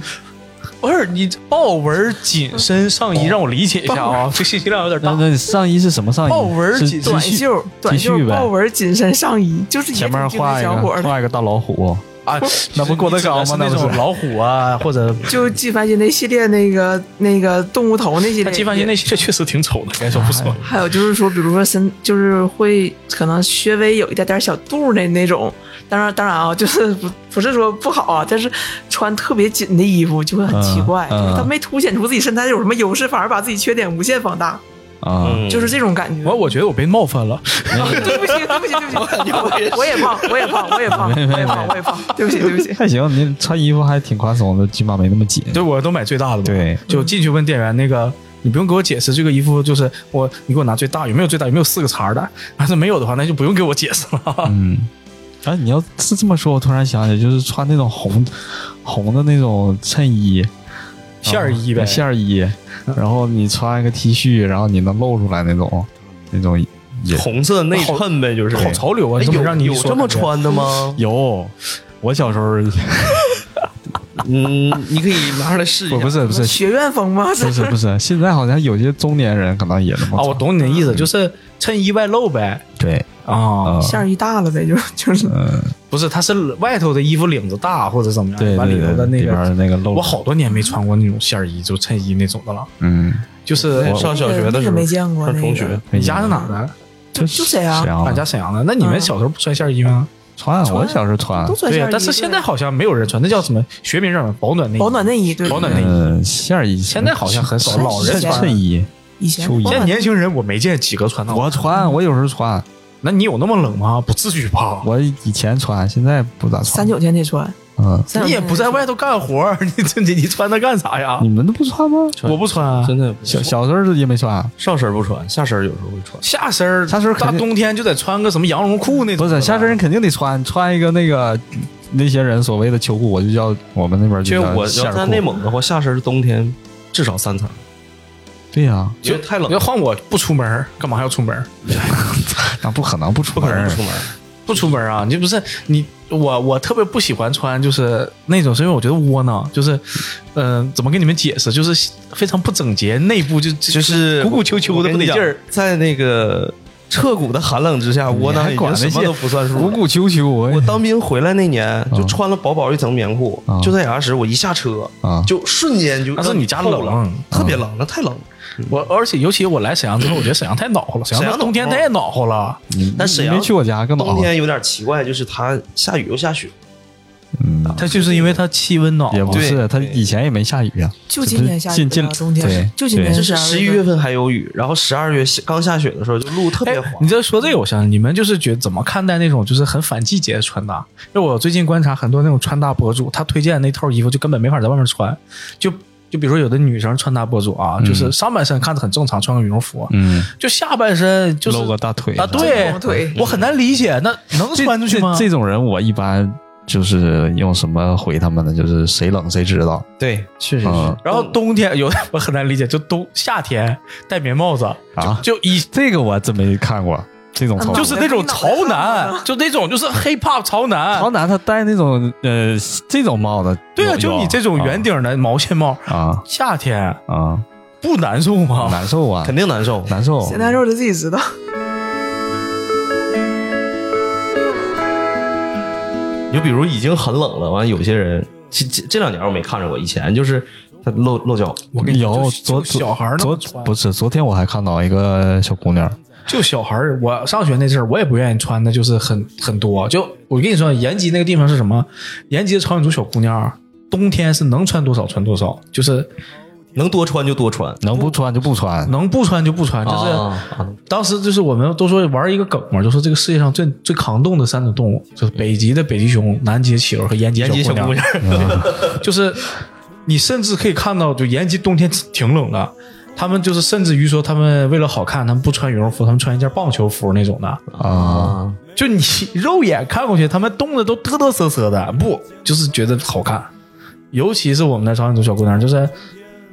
不是你豹纹紧身上衣，让我理解一下啊，这信息量有点那大。那上衣是什么上衣？豹纹儿是紧是短续袖短续袖呗豹纹紧身上衣，就是也前面挺精画神一小个伙儿的画一个大老虎， <laughs> 啊，那不郭德纲吗是那 <laughs> 那不是种老虎啊，或者就纪梵希那系列那个那个动物头那系列，但纪梵希那些确实挺丑的，该说不说。还有就是说，比如说身就是会可能稍微有一点点小肚那那种，当然当然啊，就是不不是说不好啊，但是穿特别紧的衣服就会很奇怪，嗯嗯就是他没凸显出自己身材有什么优势，反而把自己缺点无限放大，啊，嗯就是这种感觉。我我觉得我被冒犯了， <laughs> 对不起对不起对不起，我我也胖我也胖我也胖我也胖我也胖，对不起对不起， <laughs> 还行，你穿衣服还挺宽松的，起码没那么紧。对我都买最大的嘛。对，就进去问店员那个。你不用给我解释这个衣服，就是我，你给我拿最大，有没有最大？有没有四个茬儿的？ <laughs> 要是没有的话，那就不用给我解释了。嗯，哎，你要是这么说，我突然想起，就是穿那种红红的那种衬衣，啊线儿衣呗，线儿衣，嗯然后你穿一个 T 恤，然后你能露出来那种，那种也红色内衬呗，就是好潮流啊！哎这么有让你一有说这么感觉啊穿的吗？ <laughs> 有。我小时候哦嗯，你可以拿出来试一下。不不是不是学院风吗？不是不 <laughs> 是，现在好像有些中年人可能也那么啊？穿我懂你的意思，就是衬衣外露呗。对啊，嗯啊，馅儿一大了呗，就就是嗯，不是，它是外头的衣服领子大或者怎么样，对把对里头的对，那里边个。儿那个露，我好多年没穿过那种线儿衣，就衬衣那种的了。嗯，就是我上小学的时那个候没见过上那个中学，你家是哪儿的？就就谁啊沈？阳俺家沈阳的。那你们嗯小时候不穿线儿衣吗？穿，啊我小时候穿都，穿馅对呀儿，衣但是现在对好像没有人穿，那叫什么学名叫什么？保暖内衣。保暖内衣对保暖内衣。嗯，线儿衣，现在好像很少，衬老人衬穿。衬衣，以前秋衣保现暖在年轻人我没见几个穿啊的。我穿，我有时候穿，那你有那么冷吗？不至于吧？我以前穿，现在不咋穿。三九天得穿，嗯，三你九也天不在外头干活儿，你这你你穿它干啥呀你？们都不穿吗？我不穿啊，真的小小时候也没穿，上身不穿，下身有时候会穿。下身儿，下身儿肯大定冬天就得穿个什么羊绒裤那种不的。是下身人肯定得穿，穿一个那个那些人所谓的秋裤，我就叫我们那边其就实叫我线要儿在内裤。蒙的话，下身冬天至少三层，对呀、因为太冷要，换我不出门儿，干嘛要出门儿？那不可能不啊出不可门能儿不出。门。不出门儿啊！你不是你我我特别不喜欢穿，就是那种，是因为我觉得窝囊，就是嗯、呃怎么跟你们解释？就是非常不整洁，内部就就就是鼓鼓秋秋的不得劲儿。，在那个彻骨的寒冷之下，窝囊已经什么都不算数五了。谷秋秋， <laughs> 我我当兵回来那年，就嗯穿了薄薄一层棉裤嗯，就在雅石，我一下车嗯，就瞬间就。但是你家透了冷，特别冷，啊嗯那太冷了。我而且尤其我来沈阳之后，我觉得沈阳太恼火了，沈沈阳阳冬天暖和太恼火啊了。但沈你阳没去我家更暖冬和。天有点奇怪，就是它下雨又下雪，嗯，它就是因为它气温恼也火不是，对他以前也没下雨啊，就今年下雨进进了，冬天啊对就今年对是十一月份还有雨，然后十二月下刚下雪的时候就路特别滑哎。。你这说这个，我想你们就是觉得怎么看待那种就是很反季节的穿搭？因为我最近观察很多那种穿搭博主，他推荐那套衣服就根本没法在外面穿，就就比如说有的女生穿搭博主啊，就是上半身看着很正常，穿个羽绒服，嗯，就下半身就是露个大腿啊，对露腿，我很难理解，那能这穿出去吗？这这种人我一般就是用什么回他们呢？就是谁冷谁知道。对，确实嗯然后冬天有的我很难理解，就冬夏天戴棉帽子啊就就一这个我真没看过这种潮啊男，就是那种潮男，就那种就是 hip hop 潮男，潮男他戴那种呃这种帽子，啊对啊，有就你这种圆顶的毛线帽，啊夏天啊不难受啊，吗？难受啊，肯定难受。难受。谁难受他自己知道。你就比如已经很冷了，完有些人，这这这两年我没看着过，以前就是他露露脚，有就昨就小孩儿那昨么穿不是昨天我还看到一个小姑娘，就小孩儿，我上学那阵儿，我也不愿意穿的，就是很很多。就我跟你说，延吉那个地方是什么？延吉的朝鲜族小姑娘，冬天是能穿多少穿多少，就是能多穿就多穿。能不穿就不穿，能不穿就不穿。就是、啊当时就是我们都说玩一个梗嘛，就说这个世界上最最抗冻的三种动物，就是北极的北极熊、南极的企鹅和延吉延吉小姑姑 <laughs> 娘，就是你甚至可以看到，就延吉冬天挺冷的，他们就是甚至于说他们为了好看，他们不穿羽绒服，他们穿一件棒球服那种的。啊，啊，就你 <laughs> 肉眼看过去，他们冻的都嘚嘚瑟瑟的，不就是觉得好看？尤其是我们的朝鲜族小姑娘，就是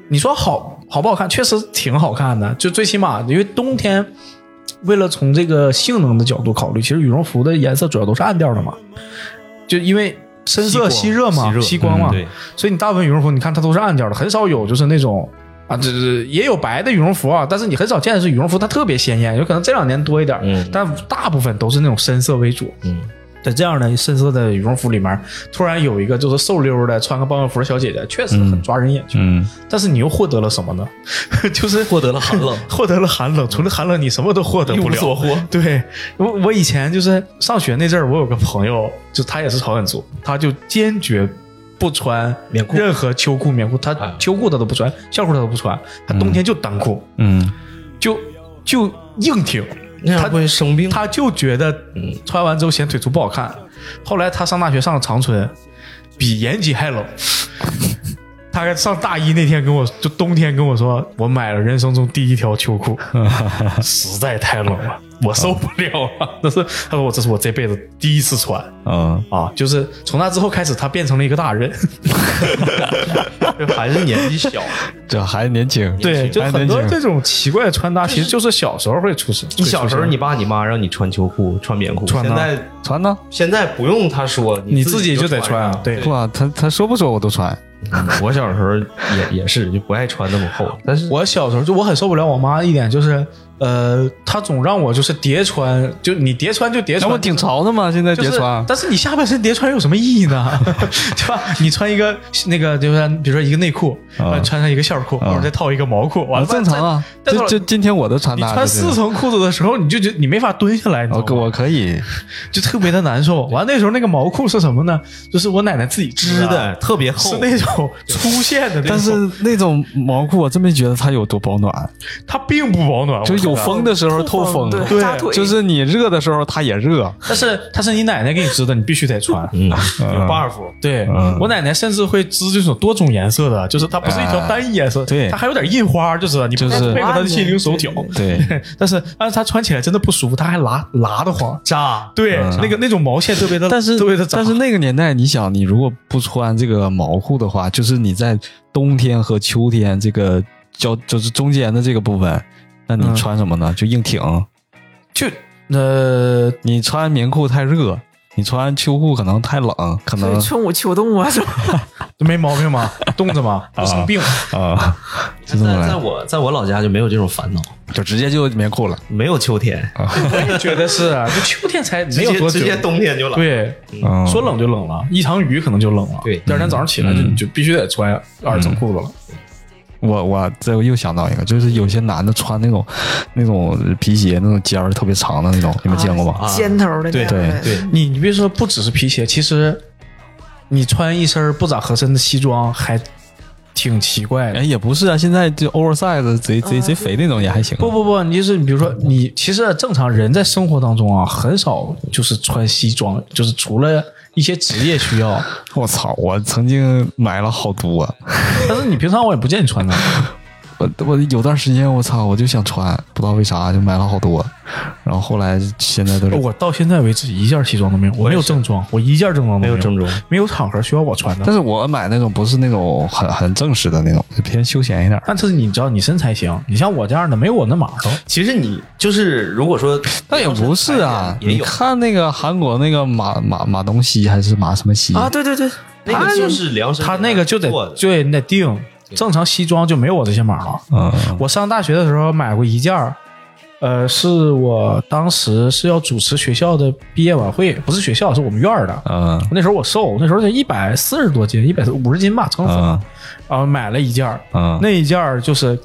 你说好好不好看，确实挺好看的。就最起码，因为冬天，为了从这个性能的角度考虑，其实羽绒服的颜色主要都是暗调的嘛，就因为深色吸热嘛，吸光嘛，嗯对，所以你大部分羽绒服，你看它都是暗调的，很少有就是那种啊，这这也有白的羽绒服啊，但是你很少见的是羽绒服它特别鲜艳，有可能这两年多一点，嗯但大部分都是那种深色为主。嗯，在这样的深色的羽绒服里面，突然有一个就是瘦溜的穿个棒球服的小姐姐，确实很抓人眼球。嗯，但是你又获得了什么呢？ <laughs> 就是获得了寒冷获得了寒冷。除了寒冷，你什么都获得不一无了。所获。 <laughs> 对，我我以前就是上学那阵儿，我有个朋友，就他也是朝鲜族，他就坚决不穿棉裤啊任何秋裤、棉裤，他秋裤他都不穿，校裤他都不穿，他冬天就单裤，嗯，就就硬挺。 <laughs> 那样会生病。他就觉得穿完之后显腿粗不好看。后来他上大学上了长春，比延吉还冷。 <laughs> 他上大一那天跟我就冬天跟我说，我买了人生中第一条秋裤，实在太冷了，我受不了了。那是他说我这是我这辈子第一次穿嗯，啊，就是从那之后开始，他变成了一个大人。还是年纪小，这还年轻，对，就还很年多轻这种奇怪的穿搭，其实就是小时候会出现。 <laughs> 你小时候会出现你爸你妈让你穿秋裤、穿棉裤，穿现呢在穿呢？现在不用他说，你自自己就就得穿啊上，对。不啊，他他说不说我都穿。 <laughs> 嗯我小时候也也是就不爱穿那么啊厚，但是我小时候就我很受不了我妈一点就是，呃，她总让我就是叠穿，就你叠穿就叠那穿，不挺潮的吗？现在就别是穿，啊但是你下半身叠穿有什么意义呢？ <laughs> 对吧？你穿一个那个就是比如说一个内裤，呃啊穿上一个校裤，啊或者再套一个毛裤，完啊了正常啊。再就再就今天我的穿你搭穿就是四层裤子的时候，你就觉得你没法蹲下来，你知我道可吗哦我可以，就特别的难受。完了那时候那个毛裤是什么呢？就是我奶奶自己织织的，特别厚是，那种粗线的那种，但是那种毛裤我真没觉得它有多保暖，它并不保暖，就我觉有得风的时候透风，对，对扎腿就是你热的时候它也热。但是它是你奶奶给你织的，你必须得穿。啊嗯，有 buff，对、嗯我奶奶甚至会织这种多种颜色的，就是它不是一条单一颜色，对它还有点印花，就是你不就是能配合它的心灵手巧。对， <laughs> 但是但是它穿起来真的不舒服，它还拉拉的慌。扎对，嗯那个那种毛线特别的，但是特别嗯的扎。但是那个年代，你想，你如果不穿这个毛裤的话，就是你在冬天和秋天这个交，就是中间的这个部分，那你嗯穿什么呢？就硬挺。就呃，你穿棉裤太热，你穿秋裤可能太冷，可所能以春捂秋冻啊，是吧？没毛 <laughs> 病吗？冻着吗？不生病。啊，在就这么在来，我在我老家就没有这种烦恼，就直接就棉裤了没有秋天，我也觉得是 <laughs> 啊，就秋天才直啊没有接多久直。接冬天就冷。对，嗯说冷就冷了，一场雨可能就冷了。对第二天早上起来就嗯你就必须得穿二层裤子了。我我这又想到一个，就是有些男的穿那种那种皮鞋，那种尖儿特别长的那种，你们见过吗？啊尖头的那对样的，对对你你别说，不只是皮鞋，其实你穿一身不咋合身的西装还挺奇怪哎，的。也不是啊，现在就 oversize 贼贼嗯贼肥那种也还行。啊不不不，你就是你比如说你，其实啊正常人在生活当中啊，很少就是穿西装，就是除了一些职业需要，我操！我曾经买了好多、啊但是你平常我也不见你穿的。我我有段时间我操，我就想穿，不知道为啥就买了好多，然后后来现在都是我到现在为止一件西装都没有，我没有正装，我一件正装都没有正装，装，没有场合需要我穿的但。是我买那种不是那种很很正式的那种，就偏休闲一点儿。但是你知道，你身材行，你像我这样的没有我那码头。其实你就是如果说，但也不是啊，也你有看那个韩国那个马马马东锡还是马什么锡啊，对对对，那个就是量身他那个就得做的就得得定，正常西装就没有我这些码了。嗯，我上大学的时候买过一件儿，呃，是我当时是要主持学校的毕业晚会，不是学校，是我们院儿的。嗯那时候我瘦，那时候就一百四十多斤，一百五十斤吧，称重。嗯然后买了一件儿，嗯，那一件儿就是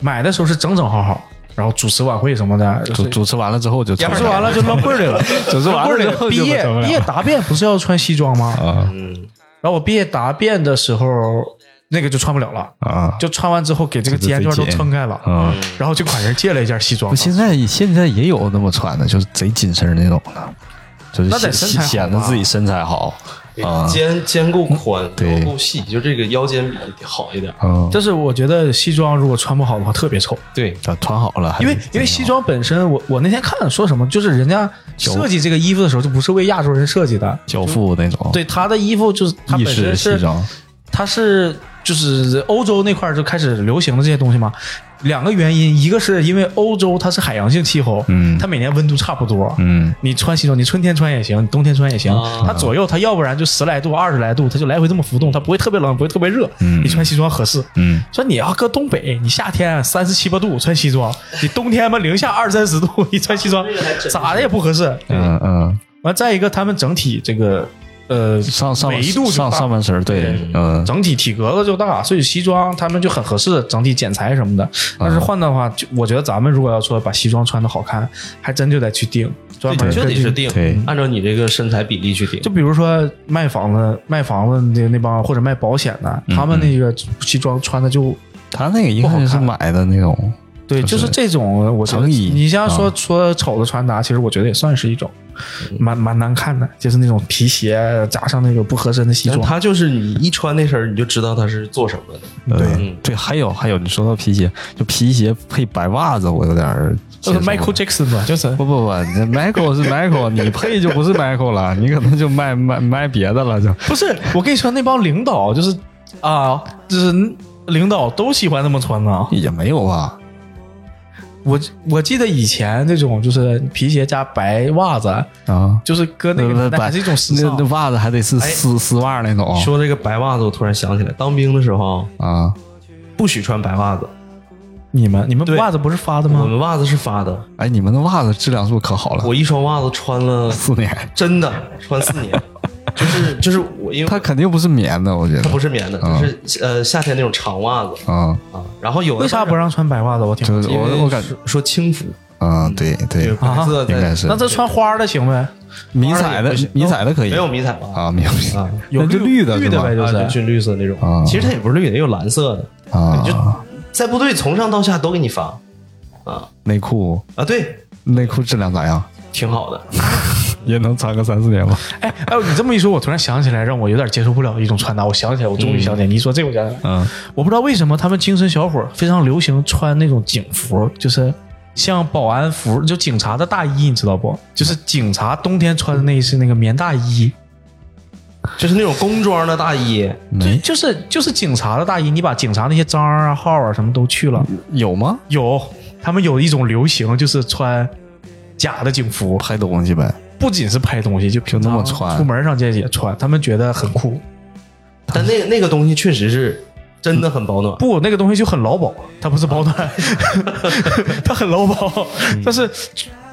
买的时候是整整好好，然后主持晚会什么的，主主持完了之后就主持完了就扔柜儿里 <laughs> 了。主持完了之扔柜儿里后了毕业毕业答辩不是要穿西装吗？啊嗯，然后我毕业答辩的时候，那个就穿不了了。啊就穿完之后给这个这肩个卷贼都紧撑开了，嗯。然后就管人借了一件西装我。现在现在也有那么穿的，就是贼紧身那种的，就是那得显身材好显得吧自己身材好啊。肩肩够宽，对腰够细，就这个腰间比好一点。嗯，但是我觉得西装如果穿不好的话特别丑，对，这啊穿好了还是因为挺好，因为西装本身，我我那天看说什么，就是人家小设计这个衣服的时候就不是为亚洲人设计的，交付那种，对他的衣服就是他哦意本式身西是装，它是就是欧洲那块儿就开始流行的这些东西嘛。两个原因，一个是因为欧洲它是海洋性气候，嗯它每年温度差不多，嗯你穿西装，你春天穿也行，你冬天穿也行，啊它左右它要不然就十来度、二十来度，它就来回这么浮动，它不会特别冷，不会特别热，嗯你穿西装合适。嗯，说你要搁东北，你夏天三十七八度穿西 <laughs> 啊装，你冬天嘛零下二三十度，你穿西装咋的也不合适。嗯嗯，完，再一个，他们整体这个呃上上维度就上大上半身儿，对，嗯，整体体格子就大，所以西装他们就很合适，整体剪裁什么的。啊但是换的话，就我觉得咱们如果要说把西装穿的好看，还真就得去定，专门对就去得是定对，按照你这个身材比例去定。就比如说卖房子、卖房子的那帮或者卖保险的，嗯他们那个西装穿的就他那个一看就是买的那种，对，就是这种。我觉得诚意你像说啊说丑的穿搭，其实我觉得也算是一种，嗯蛮蛮难看的，就是那种皮鞋加上那个不合身的西但是装。他就是你一穿那身儿，你就知道他是做什么的。嗯对对，还有还有，你说到皮鞋，就皮鞋配白袜子，我有点儿就接是受不呃 Michael 了 Jackson 嘛，就是不不不，你 Michael 是 Michael，你配就不是 Michael 了，你可能就卖卖卖别的了，就不是，我跟你说，那帮领导就是啊，就是领导都喜欢那么穿呢。也没有啊吧？我我记得以前这种就是皮鞋加白袜子，啊，就是搁那个年代白还是一种时那尚那。袜子还得是丝丝袜那种说这个白袜子，我突然想起来，当兵的时候啊。不许穿白袜子，你们你们对袜子不是发的我吗？们袜子是发的。哎，你们那袜子质量是不是可好了？我一双袜子穿了，四年，真的穿四 <laughs> 年，就是就是我因为它肯定不是棉的，我觉得它不是棉的，啊就是呃夏天那种长袜子啊，啊。然后有的为啥不让穿白袜子？我挺好就奇是因为我我感说说轻浮，啊，对对啊对，白色在应该是那这穿花的行呗？迷彩的不行，迷彩的可以没有迷彩袜啊，没有迷彩啊，有那就绿的绿的呗，是就啊是就军绿色那种啊。其实它也不是绿的，也有蓝色的，啊你，就在部队从上到下都给你发啊内裤啊，对，内裤质量咋样？挺好的。也能穿个三四年吧？哎哎，你这么一说，我突然想起来，让我有点接受不了的一种穿搭。我想起来，我终于想起来，你一说这，我想起来。嗯，我不知道为什么他们精神小伙儿非常流行穿那种警服，就是像保安服，就警察的大衣，你知道不？嗯就是警察冬天穿的那是那个棉大衣，就是那种工装的大衣，对，嗯没就是就是警察的大衣，你把警察那些章啊、号啊什么都去了。有吗？有，他们有一种流行就是穿假的警服，拍东西呗，不仅是拍东西，就平就那么常穿出门上街也穿，他们觉得很酷。但那那个东西确实是真的很保暖。不，那个东西就很劳保，它不是保 <laughs> 暖，它很劳保。 <laughs> 但是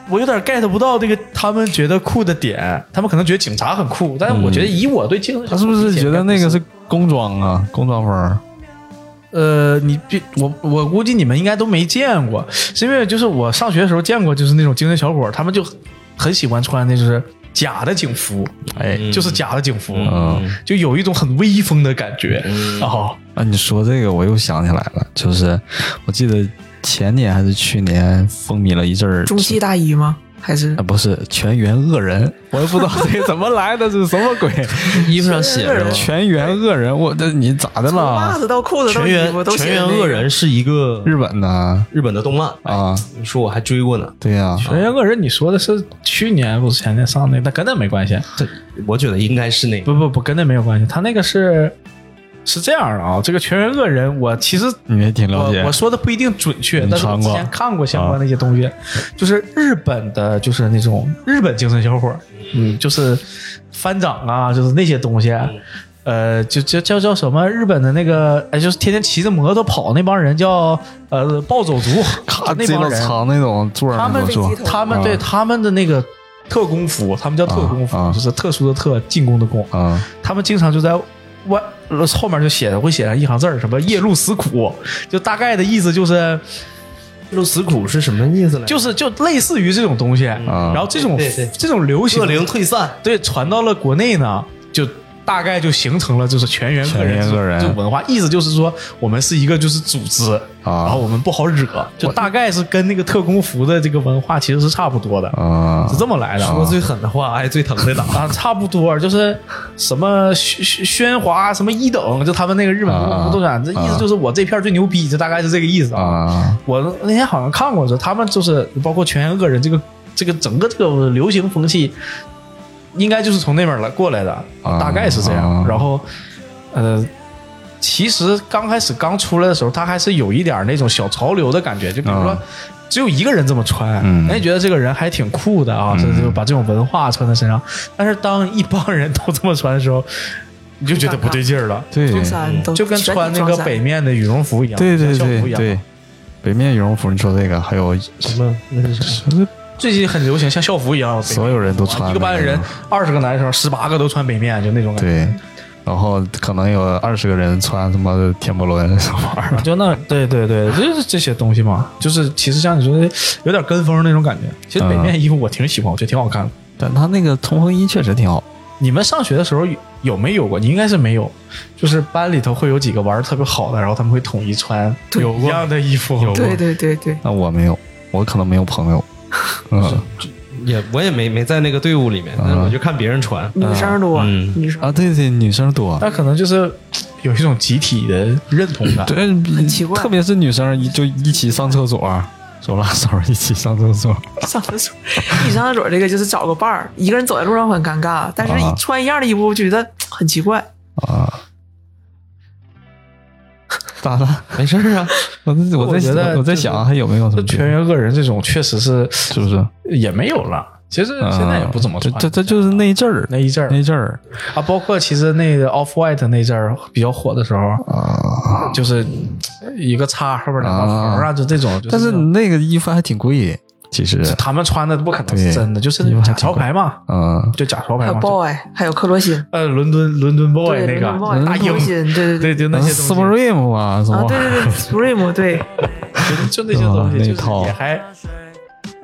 我有点 get 不到这个他们觉得酷的点，他们可能觉得警察很酷，但是我觉得以我对警，他是不是觉得那个是工装啊？工装风儿呃，你别我我估计你们应该都没见过，是因为就是我上学的时候见过，就是那种精神小伙儿，他们就很喜欢穿那就是假的警服，哎就是假的警服，嗯就有一种很威风的感觉嗯啊、哦啊！你说这个我又想起来了，就是我记得前年还是去年风靡了一阵儿中戏大衣吗？还是啊，不是全员恶人，我也不知道这个怎么来的，这是什么 <laughs> 鬼？衣服上写着吗全员恶人，我这你咋的从袜了？子到裤子到全衣服员都全写着员那个恶人是一个日本呢？日本的动漫，哎啊，你说我还追过呢。对呀、全员恶哎人，你说的是去年不是前年上的，那跟那没关系。这我觉得应该是那个不不不，跟那没有关系。他那个是是这样的啊，这个全员恶人，我其实你也挺嗯了我解我说的不一定准确，你但是我穿之过啊前看过相关的一些东 <laughs> 西，就是日本的，就是那种日本精神小伙儿，嗯，就是翻掌啊，就是那些东西。呃，就叫叫叫什么？日本的那个，哎，就是天天骑着摩托跑那帮人叫呃暴走族，咔那这帮老人，长那种座儿他那们种座，他们啊对他们的那个特工服，他们叫特工服，啊啊就是特殊的特，进攻的攻。啊，他们经常就在外呃后面就写会写上一行字儿，什么“夜路死苦”，就大概的意思就是露死苦是什么意思呢？就是就类似于这种东西。然后这种对对对这种流行恶灵退散，对传到了国内呢，就。大概就形成了就是全员个全人员个人这种文化，意思就是说我们是一个就是组织，啊然后我们不好惹，就大概是跟那个特工服的这个文化其实是差不多的，啊是这么来的。说最狠的话，挨最疼的打。 <laughs> 啊，差不多就是什么喧喧喧哗，什么一等，就他们那个日本啊不动产，这意思就是我这片儿最牛逼，这大概是这个意思。啊，我那天好像看过，说他们就是包括全员恶人这个这个整个这个流行风气，应该就是从那边儿来过来的，啊大概是这样。啊然后，呃。其实刚开始刚出来的时候，他还是有一点儿那种小潮流的感觉，就比如说啊只有一个人这么穿，嗯哎，觉得这个人还挺酷的啊，这就把这种文化穿在身上。但是当一帮人都这么穿的时候，你就觉得不对劲儿了，对中山都就跟全体穿那装个山北面的羽绒服一样，对对像校服对一样。对，北面羽绒服，你说这个还有什么？那是啥？就是最近很流行像校服一样的北面，所有人都穿一个班那个人二十个男生，十八个都穿北面，就那种感觉。对，然后可能有二十个人穿他妈的天波轮 <laughs> 什么玩意儿，就那，对对对，就是这些东西嘛，就是其实像你说的，有点跟风那种感觉。其实北面衣服我挺喜欢，我觉得挺好看的。但他那个冲锋衣确实挺好。你们上学的时候有有没有过？你应该是没有，就是班里头会有几个玩的特别好的，然后他们会统一穿有一样的衣服。有对对对对，那我没有，我可能没有朋友。嗯也我也没没在那个队伍里面，但是我就看别人穿。女生多，嗯女生啊，对对，女生多，那可能就是有一种集体的认同感。对，很奇怪特别是女生一就一起上厕所，手拉手一起上厕所。上厕所，一起上厕所这个就是找个伴儿，一个人走在路上很尴尬，但是啊一穿一样的衣服，我觉得很奇怪。啊。咋了？没事儿啊， <laughs> 我在我我觉在得我在就是想还有没有什这么全员恶人这种确实是是不是？也没有了。其实现在也不怎么啊这穿，这这就是那一阵儿那一阵儿那一阵儿啊，包括其实那个 Off White 那阵儿比较火的时候，啊。就是一个叉后边两个啊横啊，就这种。就但是这种那个衣服还挺贵，其实他们穿的不可能对是真的，就是衣服还假挺潮牌嘛，嗯，就假潮还牌有嘛。就 boy，还有克罗心，呃，伦敦伦敦 boy 那对，个伦敦 boy，大克英罗，心，对对对，就那些东西 Supreme 啊什啊，么对对对，Supreme，对，就那些东西，啊那就是套也还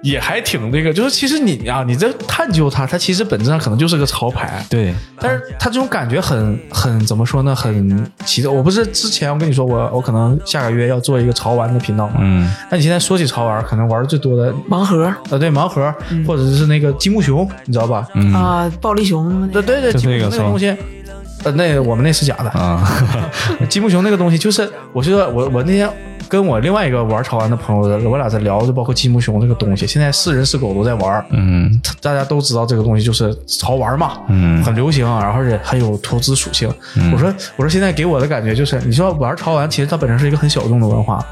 也还挺那个，就是其实你啊，你在探究它，它其实本质上可能就是个潮牌，对但是它这种感觉很很怎么说呢？很奇特。我不是之前我跟你说我我可能下个月要做一个潮玩的频道嘛，嗯，那你现在说起潮玩，可能玩的最多的盲盒呃对盲盒，或者是那个积木熊，你知道吧？嗯，啊，暴力熊，对对对，就积木这熊个那是个吧东西。呃，那我们那是假的，啊， <laughs> 积木熊那个东西，就是我觉得我我那天跟我另外一个玩潮玩的朋友，我俩在聊，就包括积木熊这个东西，现在是人是狗都在玩，嗯大家都知道这个东西就是潮玩嘛，嗯很流行，啊然后而且还有投资属性。我说我说现在给我的感觉就是，你说玩潮玩，其实它本身是一个很小众的文化。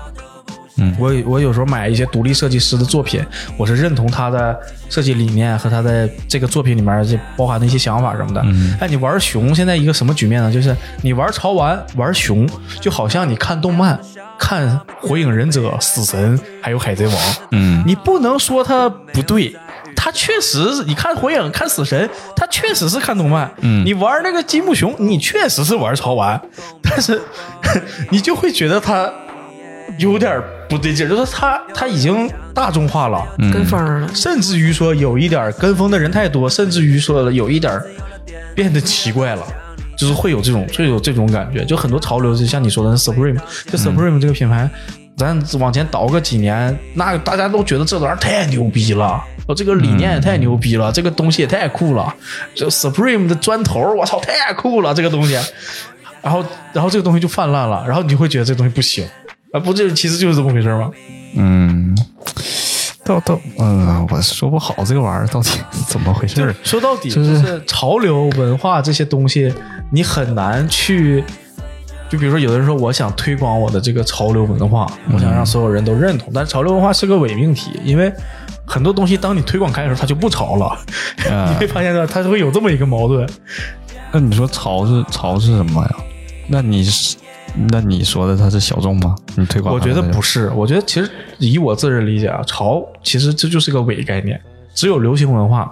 嗯我我有时候买一些独立设计师的作品，我是认同他的设计理念和他在这个作品里面这包含的一些想法什么的。嗯哎，你玩熊现在一个什么局面呢？就是你玩潮玩玩熊，就好像你看动漫、看《火影忍者》《死神》还有《海贼王》，嗯你不能说它不对，它确实是，你看《火影》、看《死神》，它确实是看动漫。嗯你玩那个积木熊，你确实是玩潮玩，但是 <laughs> 你就会觉得它有点不对劲儿，就是它它已经大众化了，嗯跟风儿了，甚至于说有一点儿跟风的人太多，甚至于说有一点儿变得奇怪了。就是会有这种，会有这种感觉，就很多潮流，就像你说的 Supreme，就 Supreme 这个品牌，咱往前倒个几年，那大家都觉得这玩意儿太牛逼了，我这个理念也太牛逼了，这个东西也太酷了，这 Supreme 的砖头，我操，太酷了，这个东西，然后，然后这个东西就泛滥了，然后你就会觉得这东西不行，啊，不就其实就是这么回事吗？嗯，到到嗯，我说不好这个玩意儿到底 <laughs> 怎么回就事是儿，说到底，就就是是潮流文化这些东西，你很难去。就比如说，有的人说我想推广我的这个潮流文化，我想让所有人都认同，但是潮流文化是个伪命题，因为很多东西当你推广开的时候，它就不潮了。 <laughs> 你会发现到它会有这么一个矛盾。那你说潮是潮是什么呀？那你是那你说的它是小众吗？你推广我觉得不是，是，我觉得其实以我自认理解啊，潮其实这就是个伪概念，只有流行文化，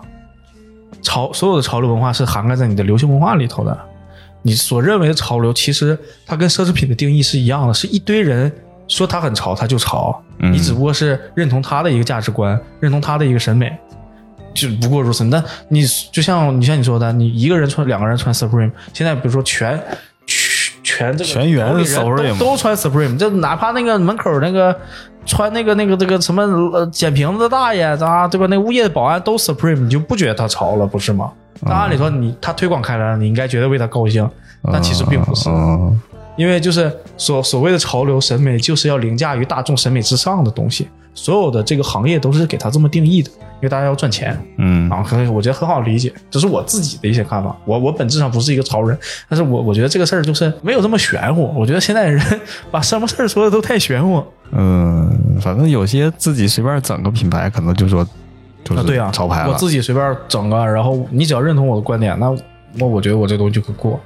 潮所有的潮流文化是涵盖在你的流行文化里头的。你所认为的潮流，其实它跟奢侈品的定义是一样的，是一堆人说它很潮，它就潮，嗯你只不过是认同他的一个价值观，认同他的一个审美。就不过如此。那你就像你像你说的，你一个人穿，两个人穿 Supreme，现在比如说全全全这个全员楼里人 Supreme 都都穿 Supreme，就哪怕那个门口那个穿那个那个这个什么呃捡瓶子的大爷啊，对吧？那物业保安都 Supreme，你就不觉得他潮了，不是吗？那按理说嗯你他推广开来了，你应该觉得为他高兴，但其实并不是。嗯因为就是所所谓的潮流审美，就是要凌驾于大众审美之上的东西。所有的这个行业都是给它这么定义的，因为大家要赚钱嗯啊。可以，我觉得很好理解，这是我自己的一些看法。我我本质上不是一个潮人，但是我我觉得这个事儿就是没有这么玄乎。我觉得现在人 <laughs> 把什么事儿说的都太玄乎。嗯，反正有些自己随便整个品牌，可能就说就啊，对啊是，潮牌了。我自己随便整个，然后你只要认同我的观点，那那我觉得我这东西就可以过。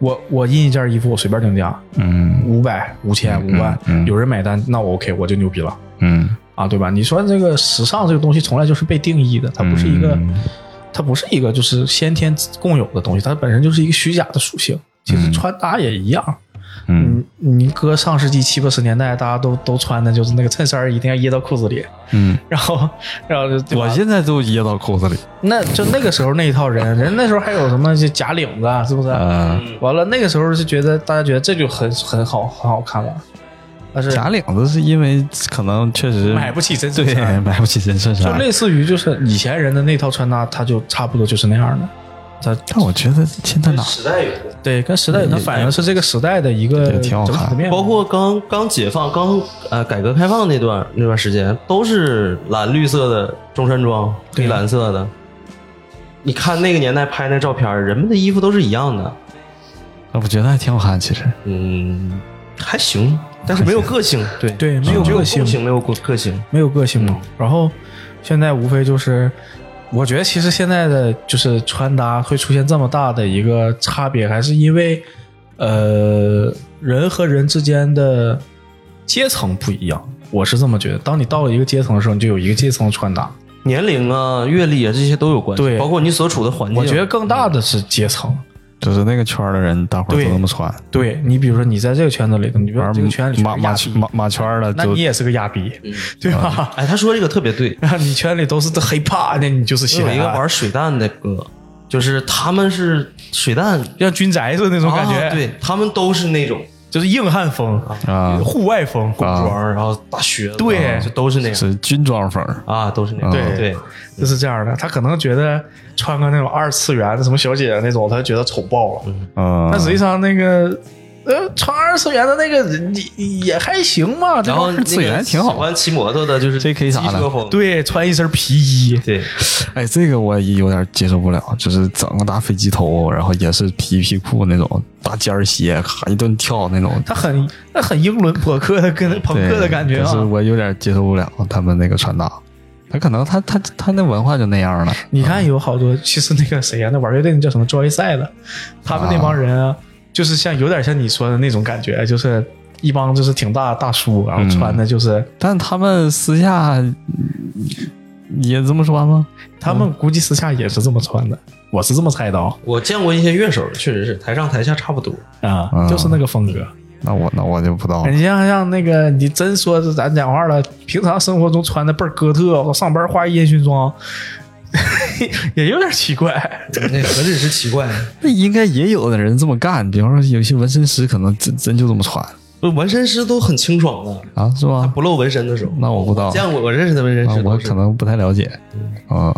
我我印一件衣服，我随便定价，嗯五百、五千、五万，嗯嗯有人买单，那我 OK，我就牛逼了。嗯啊，对吧？你说这个时尚这个东西从来就是被定义的，它不是一个，嗯它不是一个就是先天共有的东西，它本身就是一个虚假的属性。其实嗯穿搭也一样，嗯你你搁上世纪七八十年代，大家都都穿的就是那个衬衫儿一定要掖到裤子里， <laughs> 嗯，然后然后就对吧我现在都掖到裤子里，那就那个时候那一套人，人那时候还有什么就假领子啊，是不是？呃，完了那个时候是觉得大家觉得这就很很好很好看了，但是假领子是因为可能确实买不起真衬对衫。买不起真衬就衫，类似于就是以前人的那套穿搭，它就差不多就是那样的。它但我觉得现在哪时代有关。对跟时代，它反映的是这个时代的一个也挺好整看体的面貌。包括刚刚解放、刚呃改革开放那段那段时间，都是蓝绿色的中山装，对黑蓝色的。你看那个年代拍那照片儿，人们的衣服都是一样的，我觉得还挺好看，其实嗯，还行，但是没有个性，对对没有只有个性共情，没有个个性，没有个性嘛。然后现在无非就是，我觉得其实现在的就是穿搭会出现这么大的一个差别，还是因为呃人和人之间的阶层不一样。我是这么觉得，当你到了一个阶层的时候，你就有一个阶层的穿搭。年龄啊、阅历啊这些都有关系，对包括你所处的环境。我觉得更大的是阶层。就是那个圈儿的人，大伙儿对都那么穿，对你，比如说你在这个圈子里头，你比如说玩这个圈里马马圈，马马圈儿的那就你也是个亚逼，嗯对吧？哎，他说这个特别对，然后你圈里都是这黑怕的，你就是喜有欢啊一个玩水弹的歌，就是他们是水弹像军宅似的那种感觉，啊，对他们都是那种就是硬汉风、啊户外风、啊装，然后大靴子，对啊就都是那样是军装风儿，啊，都是那样，对对，就是这样的。他可能觉得穿个那种二次元的什么小姐姐那种，他就觉得丑爆了。嗯，但实际上那个。呃，穿二次元的那个人也也还行嘛，这然后帮那个自源挺好喜欢骑摩托的就是 JK 啥的机车风，对穿一身皮衣，对，哎，这个我也有点接受不了，就是整个大飞机头，然后也是皮皮裤那种大尖儿鞋，咔一顿跳那种，他很他很英伦朋克的跟朋克的对感觉就是啊。我有点接受不了他们那个穿搭，他可能他他他那文化就那样了，你看有好多，其实那个谁呀、那玩乐队那叫什么 Joy 赛的，他们那帮人啊，就是像有点像你说的那种感觉，就是一帮就是挺大的大叔，然后穿的就是、但他们私下嗯也这么穿吗？他们估计私下也是这么穿的，我是这么猜的啊我见过一些乐手，确实是台上台下差不多，啊，嗯嗯就是那个风格。那我那我就不知道了。你像像那个，你真说是咱讲话了，平常生活中穿的倍儿哥特，我上班花一烟熏妆， <laughs> 也有点奇怪。那何止是奇怪，那应该也有的人这么干，比方说有些纹身师可能真真就这么穿不 <laughs> 纹身师都很清爽的，啊，是吧？不露纹身的时候，那我不知道见过我认识的纹身啊师，我都是可能不太了解，啊、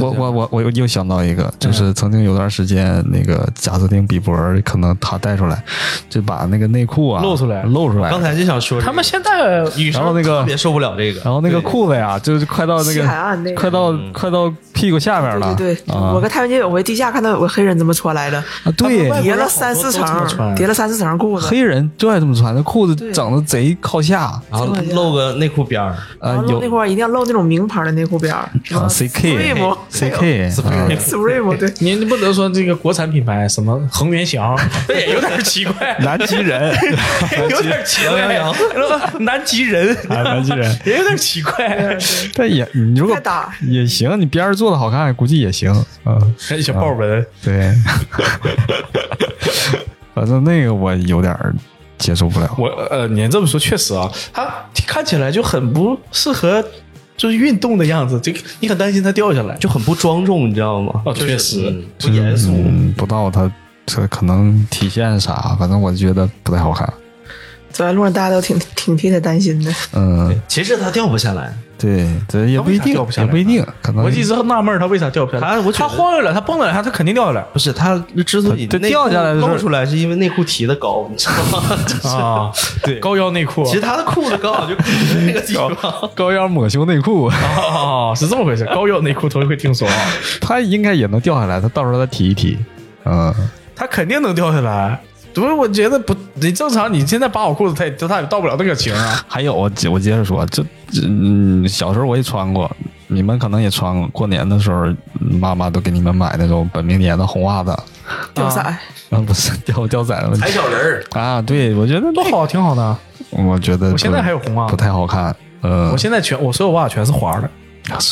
我我我我又又想到一个，就是曾经有段时间，那个贾斯汀比伯尔可能他带出来，就把那个内裤啊露出来露出来，刚才就想说这个他们现在女然后那个特别受不了这个，然后那个裤子呀，就是快到那西海岸那个个快到快到屁股下面了，对对对，啊我跟太原街有回地下看到有个黑人这么穿来的，啊对，叠了三四好多都这么层，穿叠了三四层裤子，啊黑人就爱这么穿，那裤子对整的贼靠下，然后这个露个内裤边儿然啊后露那有块儿一定要露那种名牌的内裤边儿啊 C K ，Supreme 哎 C K 啊 Supreme 对，你你不能说这个国产品牌什么恒源 <laughs> 祥，那也有点奇怪，南极人， <laughs> 有点奇怪。呃羊羊南极人啊南极人， <laughs> 也有点奇怪，但 <laughs> 也 <laughs> 你如果太搭。也行，你边儿做的好看，估计也行，嗯。哎小豹纹。对， <laughs> 反正那个我有点儿接受不了。我呃，你这么说确实啊，它看起来就很不适合就是运动的样子，就你很担心它掉下来。就很不庄重，你知道吗？哦确就实是嗯不严肃。嗯，不知道他这可能体现啥，反正我觉得不太好看。走在路上，大家都挺挺替他担心的。嗯，其实他掉不下来，对，这也不一定他为啥掉不，下也来不一定，可能我一直很纳闷儿它为啥掉不下来，它我觉它得晃悠了，它蹦了两下，它肯定掉下来不是他之所以他内裤掉下来的时候露出来，是因为内裤提的高，你知 <laughs> 道吗？ <laughs> 啊！对高腰内裤，其实他的裤子刚好就扣在那个地 <laughs> 方。高腰抹胸内裤，哦，是这么回事，高腰内裤头一回听说啊，他应该也能掉下来，他到时候他提一提。嗯，它肯定能掉下来。不是，我觉得不，你正常，你现在扒我裤子，它也它也到不了那个情啊。还有我接我接着说，这这嗯，小时候我也穿过，你们可能也穿过。过年的时候，妈妈都给你们买那种本命年的红袜子， <laughs> 掉色，啊，不是吊吊仔的问题小人儿，啊。对，我觉得那多好，挺好的。我觉得我现在不还有红袜子不太好看。嗯我，现在全我所有袜子全是花的，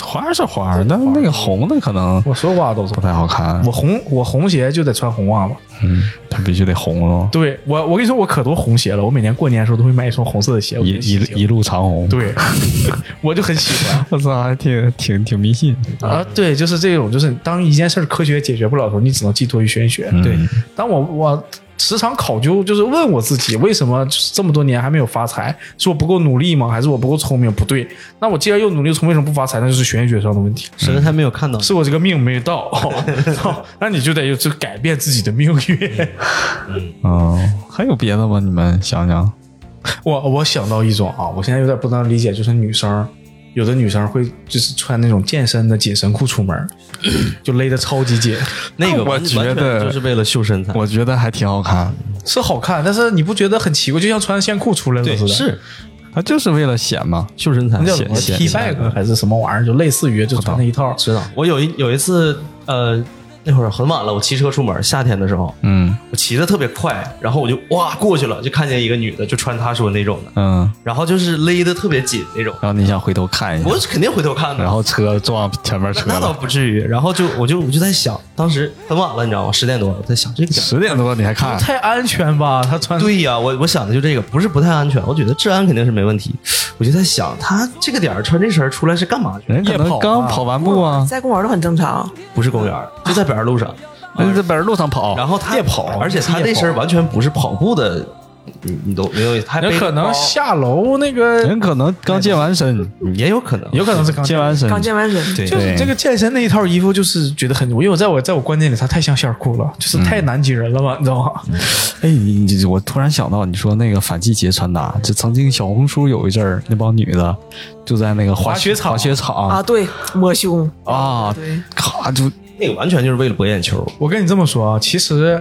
花是花，但那个红的可能我所有袜子都是不。太好看我。红我红鞋就得穿红袜子。嗯，它必须得红喽，对我我跟你说，我可多红鞋了。我每年过年的时候都会买一双红色的鞋。我一就喜欢一一路长红。，对， <laughs> 我就很喜 <laughs> 欢。我操，还挺挺挺迷信。啊，对，就是这种，就是当一件事儿科学解决不了的时候，你只能寄托于玄学。对，当我我时常考究，就是问我自己，为什么这么多年还没有发财？是我不够努力吗？还是我不够聪明？不对，那我既然又努力又聪明，为什么不发财？那就是玄学上的问题，神还没有看到，是我这个命没到。 <laughs> 那你就得有就改变自己的命运。嗯，还有别的吗？你们想想， <laughs> 我我想到一种啊，我现在有点不能理解，就是女生。有的女生会就是穿那种健身的紧身裤出门 <clears throat> 儿，就勒得超级紧，那个我完觉完全得就是为了秀身材。 <laughs> 我觉得还挺好看，是好看，但是你不觉得很奇怪？就像穿线裤出来了对似，的，是它就是为了显嘛。秀身材那。叫显什么显 T back 还是什么玩意儿？就类似于就穿那一套，知道？我有一有一次，呃，那会儿很晚了，我骑车出门，夏天的时候，嗯我骑的特别快，然后我就哇过去了，就看见一个女的，就穿她说那种的，嗯，然后就是勒的特别紧那种，然后你想回头看一下我，肯定回头看的。然后车撞前面那车那倒了。不至于，然后就我就我就在想，当时很晚了，你知道吗？十点多，我在想这个。十点多你还看？太安全吧？他穿对呀、我我想的就这个，不是不太安全，我觉得治安肯定是没问题。我就在想，他这个点儿穿这身儿出来是干嘛去？人可夜跑能啊刚跑完步啊，在公园都很正常，不是公园儿，就在柏油路上。人在本路上跑，然后他哦夜跑而且他那身儿完全不是跑步的，你你都没有，他人背可能包下楼那个，人可能刚健完身，嗯也有可能，有可能是刚健完身，刚健完身，对就是这个健身那一套衣服，就是觉得很，因为我在我在我观念里，它太像线裤了，就是太嗯南极人了吧，你知道吗？哎，你你我突然想到，你说那个反季节穿搭，就曾经小红书有一阵儿，那帮女的就在那个滑滑雪场滑雪场啊，对，摸胸，啊对，咔就那个完全就是为了博眼球。我跟你这么说啊，其实，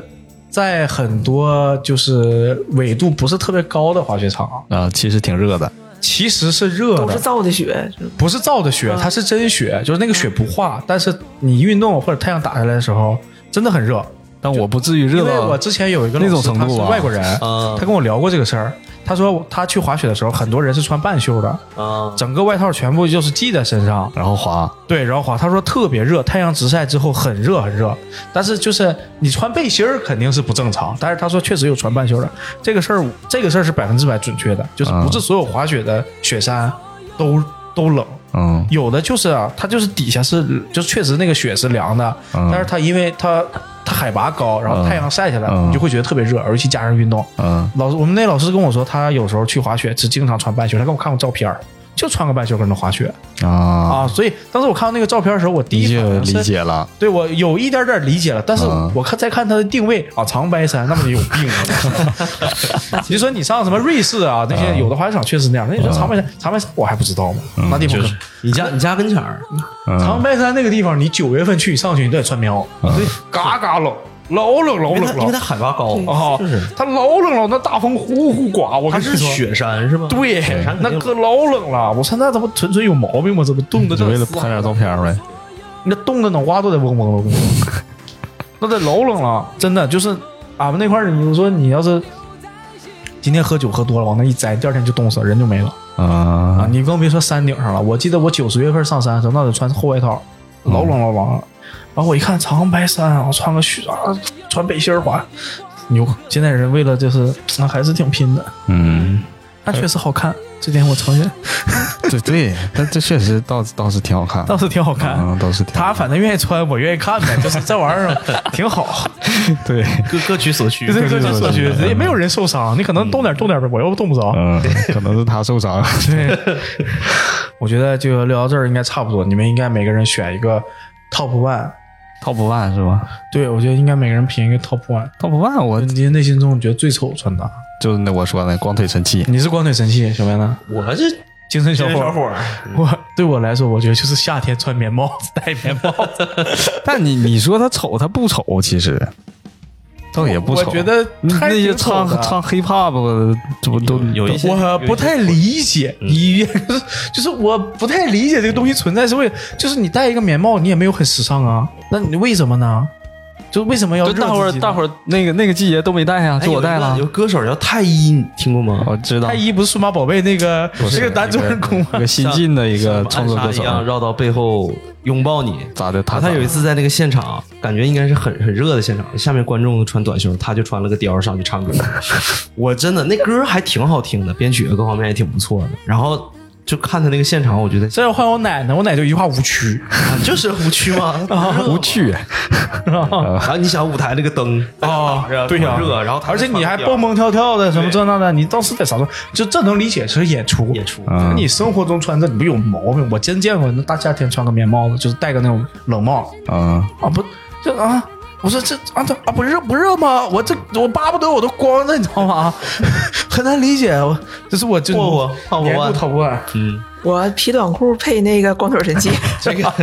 在很多就是纬度不是特别高的滑雪场，啊，其实挺热的，其实是热都的是，造嗯的雪，就不是造的雪，它是真雪，就是那个雪不化，但是你运动或者太阳打下来的时候，真的很热。但我不至于因热为我到之前有一个老那师，种程度他是啊外国人，嗯他跟我聊过这个事儿。他说他去滑雪的时候，很多人是穿半袖的，啊，整个外套全部就是系在身上，然后滑，对，然后滑。他说特别热，太阳直晒之后很热很热，但是就是你穿背心儿肯定是不正常，但是他说确实有穿半袖的这个事儿，这个事儿是百分之百准确的，就是不是所有滑雪的雪山都都冷。嗯有的就是啊，它就是底下是，就确实那个雪是凉的，嗯但是它因为它它海拔高，然后嗯太阳晒下来，嗯你就会觉得特别热，尤其加上运动。嗯，老师，我们那老师跟我说，他有时候去滑雪是经常穿半袖，他给我看过照片儿，就穿个半袖跟那滑雪啊，啊。所以当时我看到那个照片的时候，我第你一就反理应是，解了，对我有一点点理解了，但是嗯我看再看他的定位啊，长白山，那么就有病了。 <laughs> 你说你上什么瑞士啊，那些有的滑雪场确实那样，嗯那你说长白山，长白山我还不知道吗？那地方可你家你家跟前儿，长嗯白山那个地方，你九月份去上去，你都得穿棉袄，对，嘎嘎冷，老冷老因为它冷哎因为它了海拔高，啊就是，它老冷了，那大风呼呼刮，我它跟你是说，雪山是吗？对雪山，肯那定哥老冷了，我说那他妈纯粹有毛病吗？这不冻你的这啊为了拍点照片呗，那冻的脑瓜都得嗡嗡了，我跟你说，那得老冷了，真的就是俺们那块儿，你说你要是。今天喝酒喝多了，往那一栽，第二天就冻死了，人就没了啊！啊，你更别说山顶上了。我记得我九十月份上山的时候，那得穿厚外套，嗯老冷老冷了。然后我一看长白山啊，我穿个雪啊，穿背心儿滑，牛！现在人为了就是，那还是挺拼的，嗯，但确实好看，这点我承认， <laughs> 对 <laughs> 对，但这确实倒倒是挺好看，倒是挺好看。嗯，倒是 <laughs> 挺好他反正愿意穿，我愿意看呗，就是这玩意儿挺好，看对，各各取所需就。是对各对取所需，也没有人受伤，你可能动点动点呗，我又动不着。嗯，可能是他受伤， <laughs> <laughs> 对，我觉得就聊到这儿应该差不多，你们应该每个人选一个 top one， top one 是吧对我觉得应该每个人评一个 top one。 ？top one 我你内心中你觉得最丑穿搭？就是那我说的光腿神器，你是光腿神器，小白呢？我这精神小这伙。小伙儿，我对我来说，我觉得就是夏天穿棉帽子、戴棉帽子，但你你说他丑，他不丑，其实倒也不我丑。觉得嗯那还些挺丑唱的唱 hiphop 的，这不都有一些我不太理解，嗯你 <laughs> 就是我不太理解这个东西存在是为，就是你戴一个棉帽，你也没有很时尚啊，那你为什么呢？就为什么要就大伙儿大伙儿儿那个那个季节都没带呀，哎就我带了啊有一个有。歌手叫太一，你听过吗？我知道太，一不是数码宝贝那个 <laughs> 不是那个男主人公吗一？个新晋的一个像创作歌暗手杀啊一，样绕到背后拥抱你。咋的？他他有一次在那个现场，感觉应该是很很热的现场，下面观众都穿短袖，他就穿了个貂儿上去唱歌。我真的那歌还挺好听的，编曲各方面也挺不错的。然后就看他那个现场，我觉得这要换我奶奶，我奶就一句话无趣。啊就是胡区吗？ <laughs> <laughs> 无趣，然后你想舞台那个灯啊打着，对呀，热，然后他而且你还穿个貂儿蹦蹦跳跳的，什么对这那的，你当时在啥时候？就这能理解是演出，演出嗯你生活中穿这你不有毛病？我真见过那大夏天穿个棉帽子，就是戴个那种冷帽嗯，啊，不这啊，我说这啊这啊不热不热吗？我这我巴不得我都光着，你知道吗？ <laughs> 很难理解，我这是我就霍霍泡沫年度腕 top one，嗯，我皮短裤配那个光腿 <laughs> 神器，这个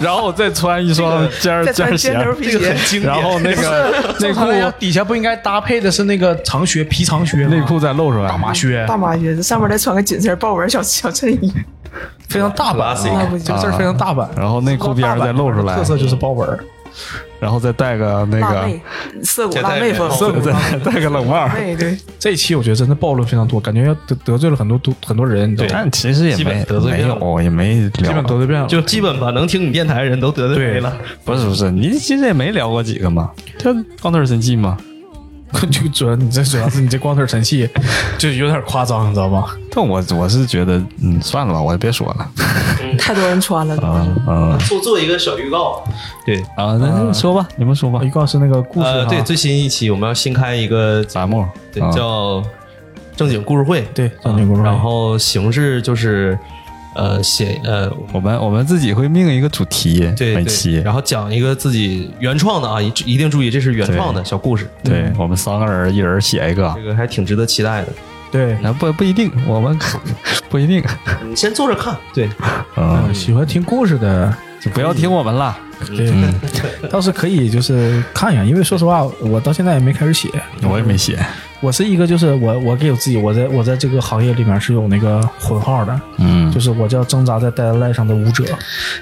然后我再穿一 <laughs> 双尖儿再尖穿儿尖鞋，头皮啊这个鞋很，经典。然后那 <laughs> 个内正裤常来讲底下不应该搭配的是那个长靴皮长靴吗内裤再露出来，麻靴，大麻靴，上面再穿个紧身豹纹小小衬衣，非常大版啊， Classic 这个事儿非常大版。然后内裤边儿再露出来特，色就是豹纹儿，然后再戴个那辣个妹，涩谷这辣代妹表风，涩再再 <laughs> 戴个冷帽儿。对对，这一期我觉得真的暴论非常多，感觉要得得罪了很多多很多人，你知道吗？但其实也基本没得罪没遍了有，也没基聊本，得罪遍了。就基本把能听你电台的人都得罪对了。不是不是，你其实也没聊过几个嘛，就光腿神器嘛，就主要你这主要是你这光腿神器，就有点夸张，你知道吗？但我我是觉得，嗯，算了吧，我也别说了，太多人穿了，啊嗯嗯做做一个小预告，对，啊，那那说吧，你们说吧啊，，预告是那呃个故事呃，啊，对，最新一期我们要新开一个栏目对啊，叫正经故事会，对正经故哦事会然后形式就是呃写呃我们我们自己会命一个主题，对每对期，然后讲一个自己原创的啊，一一定注意这是原创的小故事，对我们三个人一人写一个这，个还挺值得期待的。对，啊 <laughs> 不不一定，我们不一定，你先坐着看，对，嗯，喜欢听故事的，就不要听我们了，嗯对， <laughs> 倒是可以就是看一下，因为说实话，我到现在也没开始写，我也没写，我是一个就是我我给我自己，我在我在这个行业里面是有那个混号的，嗯就，是我叫挣扎在 deadline 上的舞者，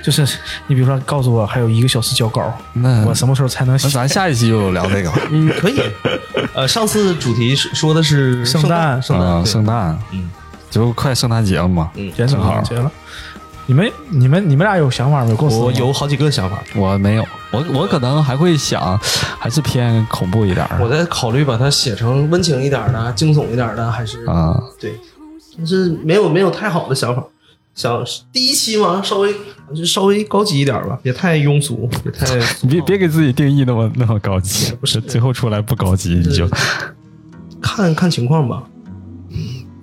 就是你比如说告诉我还有一个小时交稿，那我什么时候才能那写？咱下一期就聊这 <laughs> 个吧，嗯，可以。呃，上次主题是说的是圣诞，诞圣啊，诞，圣诞，诞，嗯就快圣诞节了嘛，嗯，节省好节了。你们你们你们俩有想法没有？构思吗我有好几个想法，我没有，我我可能还会想，还是偏恐怖一点儿我在考虑把它写成温情一点的、惊悚一点的，还是啊。对，但是没有没有太好的想法。想第一期嘛，稍微就稍微高级一点吧，别太庸俗，别太你别别给自己定义那么那么高级，哦不是最后出来不高级，你就看看情况吧。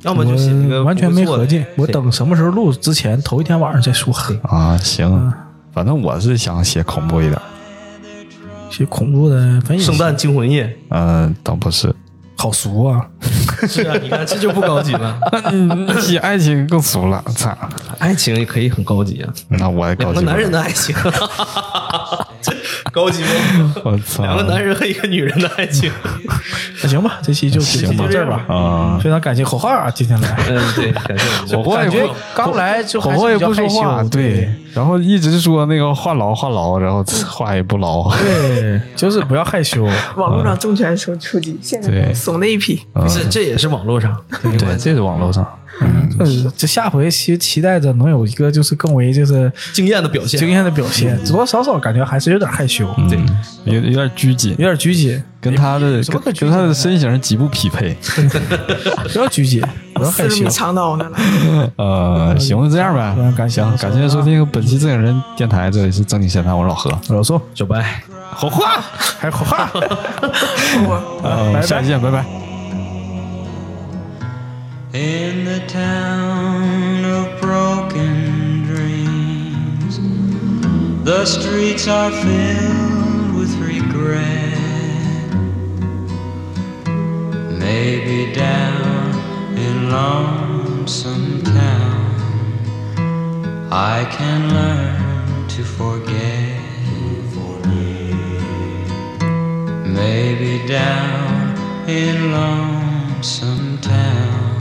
要么就写一个我完全没不错的哎合计，我等什么时候录之前，头一天晚上再说。啊行，反正我是想写恐怖一点，写恐怖的，反正也圣诞惊魂夜。嗯，倒不是，好俗啊！ <laughs> 是啊，你看这就不高级 <laughs> 了。你 <laughs> 写爱情更俗了，操，爱情也可以很高级啊，那我也两高个级，男人的，爱情， <laughs> 高级 <laughs> 吗？我操，两个男人和一个女人的爱情。那行吧，这期就行吧到这儿吧。啊，非常感谢火花啊今天来，嗯，对，感谢 <laughs> 火我们。锅也感觉不刚来就火还是锅也比较不说害羞话，对，然后一直说那个话痨话痨，然后话也不痨， <laughs> 对，就是不要害羞。网络上重拳出出击，现对在怂的一批，啊这这也是啊网络上，对，这是网络上，嗯，这下回期期待着能有一个就是更为就是惊艳的表现，啊惊艳的表现，多多少少感觉还是有点害羞，嗯对，有有点拘谨有，点拘谨，跟他的什么跟可拘跟谨他的呢身形极不匹 <laughs> 配。不要拘谨，不要害四十羞米。长刀呢，呃，行，就这样呗嗯。感谢行，感谢收听本期正经人电台，这里是正经闲谈，我是老何，老宋，小白。好话，还有火 <laughs> 花。我。嗯呃，下期见，拜拜。 In the town of broken dreams, the streets are filled with regret. Maybe down in lonesome town, I can learn to forget. Maybe down in lonesome town,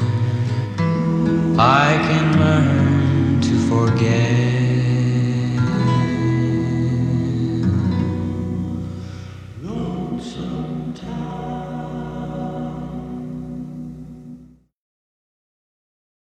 I can learn to forget.